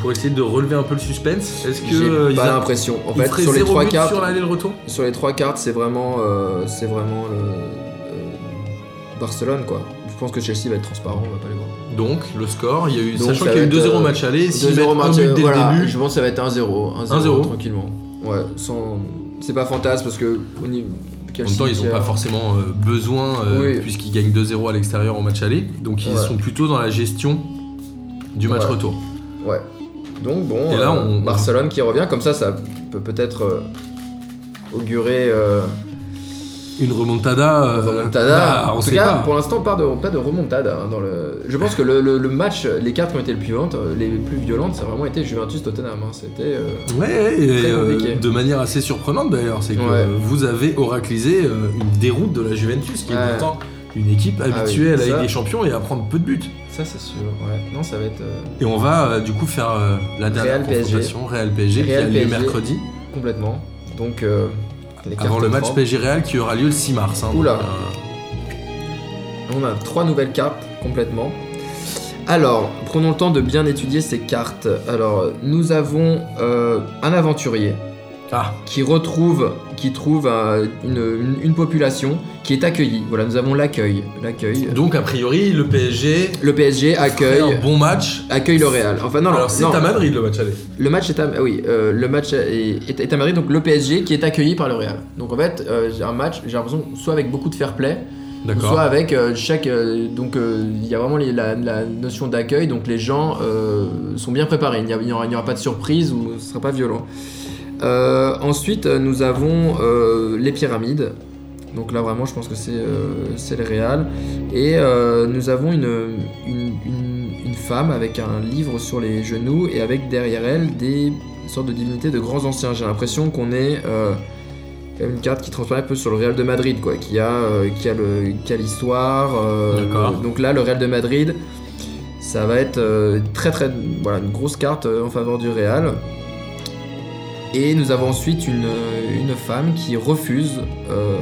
[SPEAKER 2] pour essayer de relever un peu le suspense Hmm. Est-ce que
[SPEAKER 1] j'ai
[SPEAKER 2] euh, ils
[SPEAKER 1] pas
[SPEAKER 2] a-
[SPEAKER 1] l'impression. En
[SPEAKER 2] ils
[SPEAKER 1] fait,
[SPEAKER 2] feraient
[SPEAKER 1] sur les
[SPEAKER 2] zéro
[SPEAKER 1] trois
[SPEAKER 2] but
[SPEAKER 1] cartes,
[SPEAKER 2] sur l'aller et le retour
[SPEAKER 1] sur les trois cartes, c'est vraiment, euh, c'est vraiment le, euh, Barcelone quoi. Je pense que Chelsea va être transparent, on va pas les voir.
[SPEAKER 2] Donc le score, il y a eu,
[SPEAKER 1] Donc,
[SPEAKER 2] sachant
[SPEAKER 1] ça
[SPEAKER 2] qu'il y a
[SPEAKER 1] va
[SPEAKER 2] eu
[SPEAKER 1] être,
[SPEAKER 2] 2-0
[SPEAKER 1] euh,
[SPEAKER 2] match aller, s'ils
[SPEAKER 1] 2-0
[SPEAKER 2] mettent un
[SPEAKER 1] match,
[SPEAKER 2] but
[SPEAKER 1] euh,
[SPEAKER 2] dès
[SPEAKER 1] voilà,
[SPEAKER 2] le début,
[SPEAKER 1] Je pense que ça va être 1-0. 1-0
[SPEAKER 2] 1-0.
[SPEAKER 1] tranquillement. Ouais, sans. C'est pas fantasme parce que. Au niveau...
[SPEAKER 2] en même temps ils n'ont pas forcément euh, besoin euh,
[SPEAKER 1] Oui.
[SPEAKER 2] puisqu'ils gagnent 2-0 à l'extérieur en match aller, donc ils
[SPEAKER 1] Ouais.
[SPEAKER 2] sont plutôt dans la gestion du match
[SPEAKER 1] Ouais.
[SPEAKER 2] retour.
[SPEAKER 1] euh, Ouais. Donc bon,
[SPEAKER 2] Et
[SPEAKER 1] euh,
[SPEAKER 2] là, on-
[SPEAKER 1] Barcelone qui revient, comme ça, ça peut peut-être euh, augurer euh,
[SPEAKER 2] Une remontada, euh,
[SPEAKER 1] remontada.
[SPEAKER 2] bah,
[SPEAKER 1] en
[SPEAKER 2] on
[SPEAKER 1] tout
[SPEAKER 2] sait
[SPEAKER 1] cas,
[SPEAKER 2] pas.
[SPEAKER 1] pour l'instant, pas de, pas de remontada. hein, dans le... Je pense que le, le- le match, les cartes qui ont été les plus violentes, les plus violentes, ça a vraiment été Juventus-Tottenham. hein. C'était. euh,
[SPEAKER 2] Ouais, et,
[SPEAKER 1] Très compliqué.
[SPEAKER 2] euh, de manière assez surprenante d'ailleurs, c'est que
[SPEAKER 1] Ouais.
[SPEAKER 2] euh, vous avez oraclisé euh, une déroute de la Juventus, qui
[SPEAKER 1] Ouais. Ah
[SPEAKER 2] est pourtant une équipe habituée
[SPEAKER 1] oui,
[SPEAKER 2] à la
[SPEAKER 1] ça.
[SPEAKER 2] Ligue des Champions et à prendre peu de buts.
[SPEAKER 1] Ça, c'est sûr. Ouais. Non, ça va être euh,
[SPEAKER 2] Et on va euh, du coup faire euh, la dernière
[SPEAKER 1] Real PSG.
[SPEAKER 2] confrontation Real PSG
[SPEAKER 1] Real
[SPEAKER 2] qui a lieu
[SPEAKER 1] PSG.
[SPEAKER 2] mercredi
[SPEAKER 1] complètement. Donc. euh, les
[SPEAKER 2] avant
[SPEAKER 1] cartes
[SPEAKER 2] le match
[SPEAKER 1] fortes.
[SPEAKER 2] PSG Real qui aura lieu le 6 mars. hein.
[SPEAKER 1] Oula.
[SPEAKER 2] Donc, euh,
[SPEAKER 1] On a trois nouvelles cartes complètement. Alors, prenons le temps de bien étudier ces cartes. Alors, nous avons euh, un aventurier
[SPEAKER 2] Ah,
[SPEAKER 1] qui retrouve, qui trouve euh, une, une- une population qui est accueillie. Voilà, nous avons l'accueil. L'accueil.
[SPEAKER 2] donc a priori le PSG
[SPEAKER 1] Le PSG
[SPEAKER 2] fait
[SPEAKER 1] accueille,
[SPEAKER 2] un bon match.
[SPEAKER 1] accueille le Real. Enfin, non, non,
[SPEAKER 2] Alors c'est
[SPEAKER 1] non.
[SPEAKER 2] à Madrid le match aller.
[SPEAKER 1] Le match est à, oui, euh, le match est, est- est à Madrid, donc le PSG qui est accueilli par le Real. Donc en fait, euh, j'ai un match, j'ai l'impression, soit avec beaucoup de fair play,
[SPEAKER 2] D'accord.
[SPEAKER 1] Soit avec euh, chaque. euh, donc euh, il y a vraiment les- la, la notion d'accueil, donc les gens euh, sont bien préparés, il n'y a- il n'y aura, il n'y aura pas de surprise ou ce sera pas violent. Euh, ensuite, euh, nous avons euh, les pyramides. Donc là, vraiment, je pense que c'est euh, c'est le Real. Et euh, nous avons une, une, une- une femme avec un livre sur les genoux et avec derrière elle des sortes de divinités de grands anciens. J'ai l'impression qu'on est. euh, quand même une carte qui transparaît un peu sur le Real de Madrid, quoi, qui a, euh, qui a le, qui a l'histoire. euh,
[SPEAKER 2] D'accord.
[SPEAKER 1] donc là, le Real de Madrid, ça va être euh, très très, voilà, une grosse carte euh, en faveur du Real. Et nous avons ensuite une, euh, une femme qui refuse euh,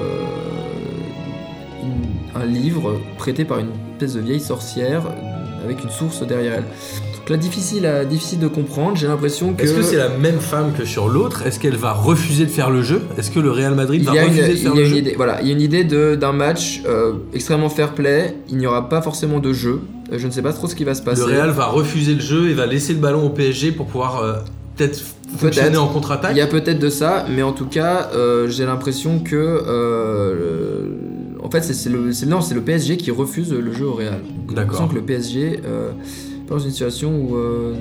[SPEAKER 1] une- un livre prêté par une espèce de vieille sorcière avec une source derrière elle. Donc là, difficile, à, difficile de comprendre. J'ai l'impression que
[SPEAKER 2] Est-ce que c'est la même femme que sur l'autre Est-ce qu'elle va refuser de faire le jeu Est-ce que le Real Madrid
[SPEAKER 1] il
[SPEAKER 2] va
[SPEAKER 1] y a une,
[SPEAKER 2] refuser de faire
[SPEAKER 1] il y a
[SPEAKER 2] le
[SPEAKER 1] une
[SPEAKER 2] jeu
[SPEAKER 1] idée, voilà, il y a une idée de- d'un match euh, extrêmement fair-play. Il n'y aura pas forcément de jeu. Euh, Je ne sais pas trop ce qui va se passer.
[SPEAKER 2] Le Real va refuser le jeu et va laisser le ballon au PSG pour pouvoir euh, peut-être fonctionner en
[SPEAKER 1] Il y
[SPEAKER 2] contre-attaque.
[SPEAKER 1] a peut-être de ça, mais en tout cas, euh, j'ai l'impression que. euh, le- en fait, c'est- c'est le, c'est- non, c'est le PSG qui refuse le jeu au Real. Donc,
[SPEAKER 2] D'accord.
[SPEAKER 1] j'ai l'impression que le PSG. euh, est dans une situation où euh,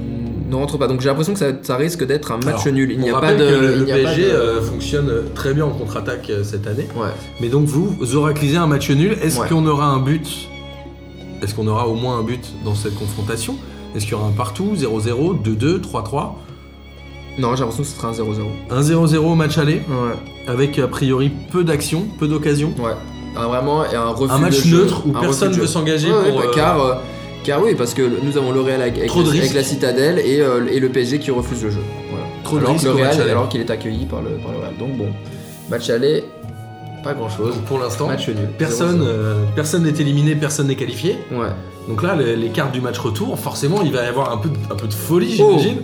[SPEAKER 1] ne rentre pas. Donc j'ai l'impression que ça, ça risque d'être un match
[SPEAKER 2] Alors,
[SPEAKER 1] nul. Il n'y
[SPEAKER 2] On
[SPEAKER 1] a pas
[SPEAKER 2] rappelle
[SPEAKER 1] de.
[SPEAKER 2] que le,
[SPEAKER 1] il
[SPEAKER 2] le
[SPEAKER 1] n'y a pas
[SPEAKER 2] PSG
[SPEAKER 1] de-
[SPEAKER 2] euh, fonctionne très bien en contre-attaque euh, cette année.
[SPEAKER 1] Ouais.
[SPEAKER 2] Mais donc vous, vous oraclisez un match nul. Est-ce
[SPEAKER 1] Ouais.
[SPEAKER 2] qu'on aura un but Est-ce qu'on aura au moins un but dans cette confrontation Est-ce qu'il y aura un partout 0-0, 2-2, 3-3
[SPEAKER 1] Non, j'ai l'impression que ce sera un 0-0.
[SPEAKER 2] 1-0-0 au match aller,
[SPEAKER 1] Ouais.
[SPEAKER 2] avec a priori peu d'actions, peu d'occasions.
[SPEAKER 1] Ouais. Un, vraiment, et un refus
[SPEAKER 2] Un match
[SPEAKER 1] de jeu,
[SPEAKER 2] neutre où
[SPEAKER 1] un refus
[SPEAKER 2] personne
[SPEAKER 1] de
[SPEAKER 2] ne
[SPEAKER 1] jeu.
[SPEAKER 2] veut s'engager
[SPEAKER 1] Ouais, ouais,
[SPEAKER 2] pour.
[SPEAKER 1] bah,
[SPEAKER 2] euh,
[SPEAKER 1] car, euh, car oui, parce que le- nous avons le Real avec, avec
[SPEAKER 2] Trop de
[SPEAKER 1] la- avec
[SPEAKER 2] risques.
[SPEAKER 1] la Citadelle et, euh, et le PSG qui refuse le jeu. Voilà.
[SPEAKER 2] Trop de
[SPEAKER 1] alors, que
[SPEAKER 2] risques
[SPEAKER 1] le
[SPEAKER 2] au match
[SPEAKER 1] Real,
[SPEAKER 2] aller.
[SPEAKER 1] alors qu'il est accueilli par le, par le Real. Donc bon, match aller, pas grand chose.
[SPEAKER 2] donc, pour l'instant,
[SPEAKER 1] Match nul.
[SPEAKER 2] personne
[SPEAKER 1] 0-0.
[SPEAKER 2] euh, personne n'est éliminé, personne n'est qualifié.
[SPEAKER 1] Ouais.
[SPEAKER 2] Donc là, les, les cartes du match retour, forcément, il va y avoir un peu, de- un peu de folie,
[SPEAKER 1] Oh.
[SPEAKER 2] j'imagine.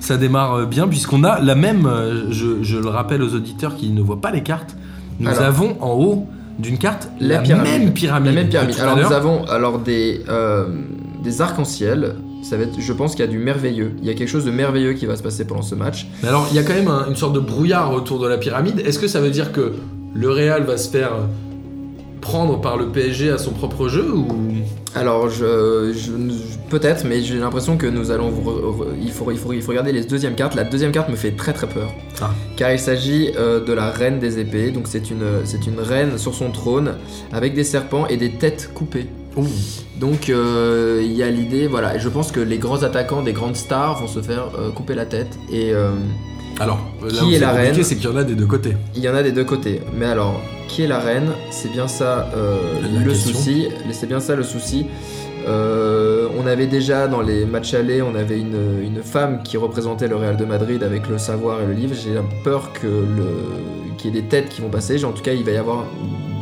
[SPEAKER 2] Ça démarre euh, bien, puisqu'on a la même, euh, je, je le rappelle aux auditeurs qui ne voient pas les cartes, nous
[SPEAKER 1] Alors.
[SPEAKER 2] avons en haut d'une carte
[SPEAKER 1] La
[SPEAKER 2] la,
[SPEAKER 1] pyramide.
[SPEAKER 2] même pyramide.
[SPEAKER 1] La même
[SPEAKER 2] que
[SPEAKER 1] pyramide.
[SPEAKER 2] tout à
[SPEAKER 1] Alors nous
[SPEAKER 2] l'heure.
[SPEAKER 1] avons alors des, euh, des arcs-en-ciel. Ça va être, je pense qu'il y a du merveilleux. Il y a quelque chose de merveilleux qui va se passer pendant ce match.
[SPEAKER 2] Mais alors, il y a quand même un- une sorte de brouillard autour de la pyramide. Est-ce que ça veut dire que le Real va se faire prendre par le PSG à son propre jeu ou
[SPEAKER 1] Alors, je, je- je- peut-être, mais j'ai l'impression que nous allons. vous re- re- il, faut, il, faut, il faut regarder les deuxièmes cartes. La deuxième carte me fait très très peur.
[SPEAKER 2] Ah.
[SPEAKER 1] Car il s'agit euh, de la reine des épées. Donc, c'est une, c'est une reine sur son trône avec des serpents et des têtes coupées. Donc, euh, il y a l'idée. Voilà, Et je pense que les grands attaquants des grandes stars vont se faire euh, couper la tête. Et. euh,
[SPEAKER 2] Alors, là
[SPEAKER 1] Qui
[SPEAKER 2] où
[SPEAKER 1] est
[SPEAKER 2] c'est
[SPEAKER 1] la
[SPEAKER 2] compliqué,
[SPEAKER 1] reine
[SPEAKER 2] C'est qu'il y en a des deux côtés.
[SPEAKER 1] Il y en a des deux côtés. Mais alors, qui est la reine C'est bien ça euh,
[SPEAKER 2] La
[SPEAKER 1] le
[SPEAKER 2] question.
[SPEAKER 1] souci. C'est bien ça le souci. Euh, on avait déjà dans les matchs allés, on avait une, une femme qui représentait le Real de Madrid avec le savoir et le livre. J'ai peur que le qu'il y ait des têtes qui vont passer. J'ai- En tout cas, il va y avoir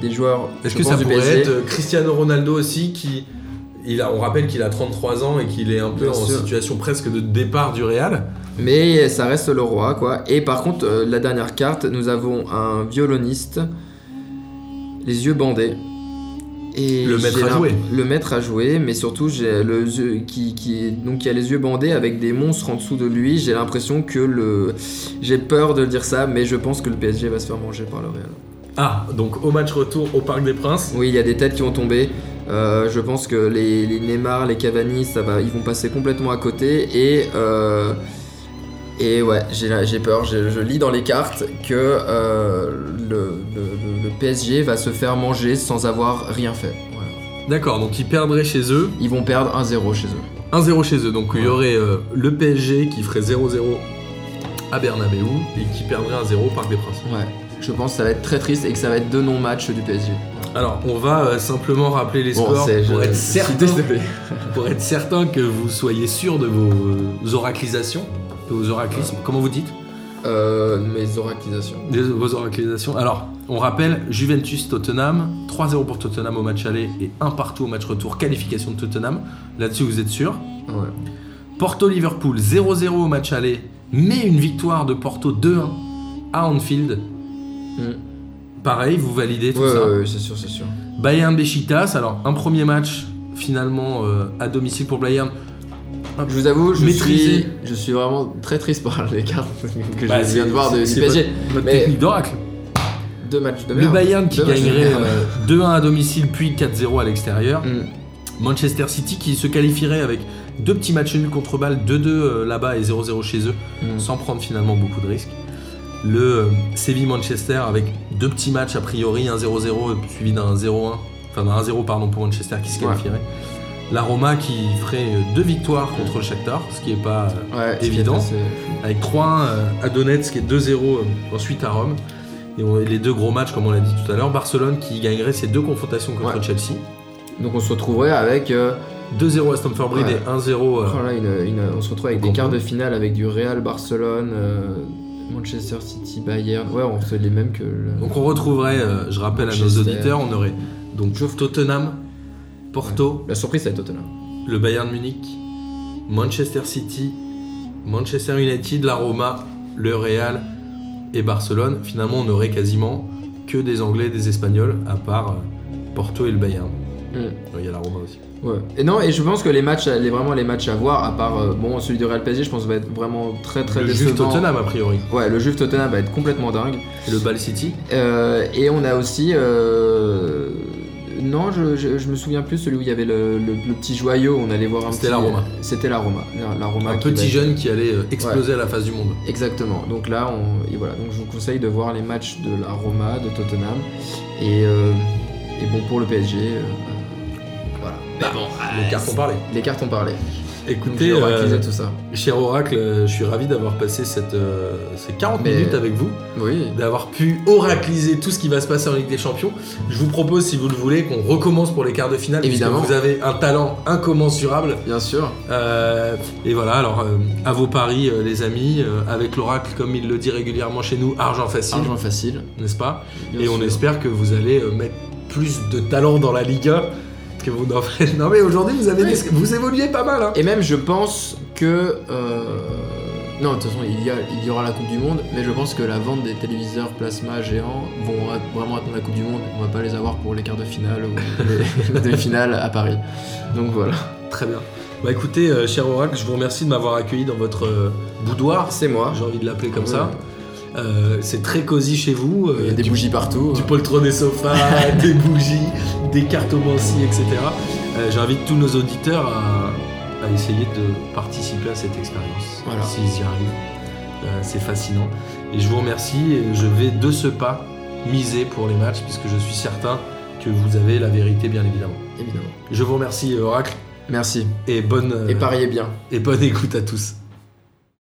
[SPEAKER 1] des joueurs.
[SPEAKER 2] Est-ce
[SPEAKER 1] je
[SPEAKER 2] que
[SPEAKER 1] pense,
[SPEAKER 2] ça
[SPEAKER 1] du
[SPEAKER 2] pourrait
[SPEAKER 1] PSG.
[SPEAKER 2] être euh, Cristiano Ronaldo aussi qui. Il a, on rappelle qu'il a 33 ans et qu'il est un peu
[SPEAKER 1] Bien
[SPEAKER 2] en
[SPEAKER 1] sûr.
[SPEAKER 2] situation presque de départ du Real.
[SPEAKER 1] Mais ça reste le roi, quoi. Et par contre, euh, la dernière carte, nous avons un violoniste, les yeux bandés. Et
[SPEAKER 2] Le maître
[SPEAKER 1] j'ai
[SPEAKER 2] à
[SPEAKER 1] l'im-
[SPEAKER 2] jouer.
[SPEAKER 1] Le maître à jouer, mais surtout, j'ai le yeux- qui, qui, donc il y a les yeux bandés avec des monstres en dessous de lui. J'ai l'impression que le. J'ai peur de le dire ça, mais je pense que le PSG va se faire manger par le Real.
[SPEAKER 2] Ah, donc au match retour au Parc des Princes.
[SPEAKER 1] Oui, il y a des têtes qui vont tomber. Euh, je pense que les, les Neymar, les Cavani, ça va, ils vont passer complètement à côté. Et, euh, et ouais, j'ai, la- j'ai peur. Je, je lis dans les cartes que euh, le, le- le- le PSG va se faire manger sans avoir rien fait. Voilà.
[SPEAKER 2] D'accord, donc ils perdraient chez eux.
[SPEAKER 1] Ils vont perdre 1-0 chez eux.
[SPEAKER 2] 1-0 chez eux. Donc il y
[SPEAKER 1] Ouais.
[SPEAKER 2] aurait euh, le PSG qui ferait 0-0 à Bernabeu et qui perdrait 1-0 au Parc des Princes.
[SPEAKER 1] Ouais. Je pense que ça va être très triste et que ça va être deux non-matchs du PSG.
[SPEAKER 2] Alors on va euh, simplement rappeler les
[SPEAKER 1] Bon,
[SPEAKER 2] scores
[SPEAKER 1] c'est- je-
[SPEAKER 2] pour,
[SPEAKER 1] je
[SPEAKER 2] être
[SPEAKER 1] suis
[SPEAKER 2] certain,
[SPEAKER 1] désolé.
[SPEAKER 2] (laughs) pour être certain que vous soyez sûr de vos euh, oraclisations. de Vos oraclismes, comment vous dites
[SPEAKER 1] Euh, mes oraclisations.
[SPEAKER 2] Des- Vos oraclisations. Alors, on rappelle Juventus-Tottenham, 3-0 pour Tottenham au match aller et 1 partout au match retour, qualification de Tottenham. Là-dessus, vous êtes sûr.
[SPEAKER 1] Ouais.
[SPEAKER 2] Porto-Liverpool, 0-0 au match aller, mais une victoire de Porto 2-1 à Anfield.
[SPEAKER 1] Mm.
[SPEAKER 2] Pareil, vous validez tout
[SPEAKER 1] Ouais,
[SPEAKER 2] ça.
[SPEAKER 1] ouais, ouais, c'est sûr, c'est sûr.
[SPEAKER 2] Bayern-Besiktas, alors un premier match finalement euh, à domicile pour Bayern.
[SPEAKER 1] Bah, Je vous avoue, je
[SPEAKER 2] Maîtriser.
[SPEAKER 1] suis, je suis vraiment très triste par les cartes (laughs) que
[SPEAKER 2] Bah,
[SPEAKER 1] je viens
[SPEAKER 2] c'est-
[SPEAKER 1] de voir de, du
[SPEAKER 2] c'est- c'est
[SPEAKER 1] PSG.
[SPEAKER 2] Votre
[SPEAKER 1] Mais-
[SPEAKER 2] technique d'oracle.
[SPEAKER 1] Deux matchs de merde.
[SPEAKER 2] Le Bayern qui
[SPEAKER 1] Deux matchs de
[SPEAKER 2] gagnerait
[SPEAKER 1] merde.
[SPEAKER 2] euh, 2-1 à domicile puis 4-0 à l'extérieur.
[SPEAKER 1] Mm.
[SPEAKER 2] Manchester City qui se qualifierait avec deux petits matchs nuls contre Bâle, 2-2 euh, là-bas et 0-0 chez eux,
[SPEAKER 1] Mm.
[SPEAKER 2] sans prendre finalement beaucoup de risques. Le euh, Séville-Manchester avec deux petits matchs a priori, un 0-0 suivi d'un 0-1, enfin d'un 1-0 pardon pour Manchester qui se
[SPEAKER 1] Ouais.
[SPEAKER 2] qualifierait. La Roma qui ferait euh, deux
[SPEAKER 1] Mm.
[SPEAKER 2] victoires contre le Shakhtar, ce qui est pas euh,
[SPEAKER 1] Ouais, c'est
[SPEAKER 2] évident.
[SPEAKER 1] assez-
[SPEAKER 2] avec 3-1 euh, à Donetsk et 2-0 euh, ensuite à Rome. Et on- les deux gros matchs comme on l'a dit tout à l'heure, Barcelone qui gagnerait ses deux confrontations contre
[SPEAKER 1] Ouais.
[SPEAKER 2] Chelsea.
[SPEAKER 1] Donc on se retrouverait avec. euh,
[SPEAKER 2] 2-0 à Stamford Bridge
[SPEAKER 1] Ouais.
[SPEAKER 2] et 1-0 euh,
[SPEAKER 1] oh là, une- une- on se retrouve avec
[SPEAKER 2] On
[SPEAKER 1] des
[SPEAKER 2] comprend.
[SPEAKER 1] quarts de finale avec du Real, Barcelone, euh, Manchester City, Bayern. Ouais, on fait les mêmes que. le-
[SPEAKER 2] Donc on retrouverait, euh, je rappelle à nos
[SPEAKER 1] Manchester.
[SPEAKER 2] auditeurs, on aurait donc Tottenham, Porto,
[SPEAKER 1] La surprise, c'est Tottenham.
[SPEAKER 2] le Bayern Munich, Manchester City, Manchester United, la Roma, le Real et Barcelone. Finalement, on aurait quasiment que des Anglais, des Espagnols, à part euh, Porto et le Bayern.
[SPEAKER 1] Mm.
[SPEAKER 2] Il y a la Roma aussi.
[SPEAKER 1] Ouais. Et non, et je pense que les matchs, les, vraiment les matchs à voir, à part euh, bon celui du Real PSG, je pense va être vraiment très très
[SPEAKER 2] le Juve
[SPEAKER 1] décevant.
[SPEAKER 2] Tottenham a priori.
[SPEAKER 1] Ouais, le Juve Tottenham va être complètement dingue.
[SPEAKER 2] Et le Ball City.
[SPEAKER 1] Euh, et on a aussi. euh, Non, je, je- je me souviens plus celui où il y avait le, le- le petit joyau, on allait voir un
[SPEAKER 2] C'était
[SPEAKER 1] petit- euh,
[SPEAKER 2] la Roma.
[SPEAKER 1] C'était la Roma. La, la Roma
[SPEAKER 2] Un
[SPEAKER 1] qui va
[SPEAKER 2] petit
[SPEAKER 1] être-
[SPEAKER 2] jeune qui allait euh, exploser à la face du monde.
[SPEAKER 1] Exactement. Donc là, on... et voilà. Donc je vous conseille de voir les matchs de la Roma, de Tottenham. Et, euh, et bon, pour le PSG, euh, voilà.
[SPEAKER 2] Bah
[SPEAKER 1] Ah,
[SPEAKER 2] Les cartes ont parlé.
[SPEAKER 1] Les cartes ont parlé. Donc
[SPEAKER 2] Écoutez,
[SPEAKER 1] j'ai
[SPEAKER 2] euh,
[SPEAKER 1] oraclisé tout ça.
[SPEAKER 2] Cher Oracle, euh, je suis ravi d'avoir passé cette, euh, ces 40
[SPEAKER 1] Mais-
[SPEAKER 2] minutes avec vous,
[SPEAKER 1] Oui.
[SPEAKER 2] d'avoir pu oracliser tout ce qui va se passer en Ligue des Champions. Je vous propose, si vous le voulez, qu'on recommence pour les quarts de finale, puisque
[SPEAKER 1] Évidemment.
[SPEAKER 2] vous avez un talent incommensurable.
[SPEAKER 1] Bien sûr.
[SPEAKER 2] Euh, et voilà, alors euh, à vos paris, euh, les amis, euh, avec l'Oracle, comme il le dit régulièrement chez nous, argent facile,
[SPEAKER 1] Argent facile.
[SPEAKER 2] n'est-ce pas
[SPEAKER 1] bien
[SPEAKER 2] Et on
[SPEAKER 1] sûr.
[SPEAKER 2] espère que vous allez euh, mettre plus de talent dans la Liga que vous n'en faites. Non mais aujourd'hui, vous, avez
[SPEAKER 1] Oui.
[SPEAKER 2] des- vous évoluez pas mal. Hein.
[SPEAKER 1] Et même, je pense que. euh, Non, de toute façon, il y, a, il y aura la Coupe du Monde, mais je pense que la vente des téléviseurs plasma géants vont at- vraiment attendre la Coupe du Monde. On va pas les avoir pour les quarts de finale ou les, les
[SPEAKER 2] (laughs)
[SPEAKER 1] demi-finales à Paris. Donc voilà.
[SPEAKER 2] Très bien. Bah écoutez, euh, cher Oracle, je vous remercie de m'avoir accueilli dans votre euh, boudoir,
[SPEAKER 1] C'est moi.
[SPEAKER 2] j'ai envie de l'appeler comme ça. Euh, c'est très cosy chez vous. euh,
[SPEAKER 1] Il y a des
[SPEAKER 2] du-
[SPEAKER 1] bougies partout.
[SPEAKER 2] Du poltron
[SPEAKER 1] (laughs)
[SPEAKER 2] des sofas, des bougies, des cartomancies, etc. Euh, J'invite tous nos auditeurs à, à essayer de participer à cette expérience.
[SPEAKER 1] Voilà.
[SPEAKER 2] S'ils y arrivent. Euh, c'est fascinant. Et je vous remercie. et Je vais de ce pas miser pour les matchs, puisque je suis certain que vous avez la vérité, bien évidemment.
[SPEAKER 1] Évidemment.
[SPEAKER 2] Je vous remercie, Oracle,
[SPEAKER 1] Merci.
[SPEAKER 2] et bonne. euh,
[SPEAKER 1] Et pariez bien.
[SPEAKER 2] et bonne écoute à tous.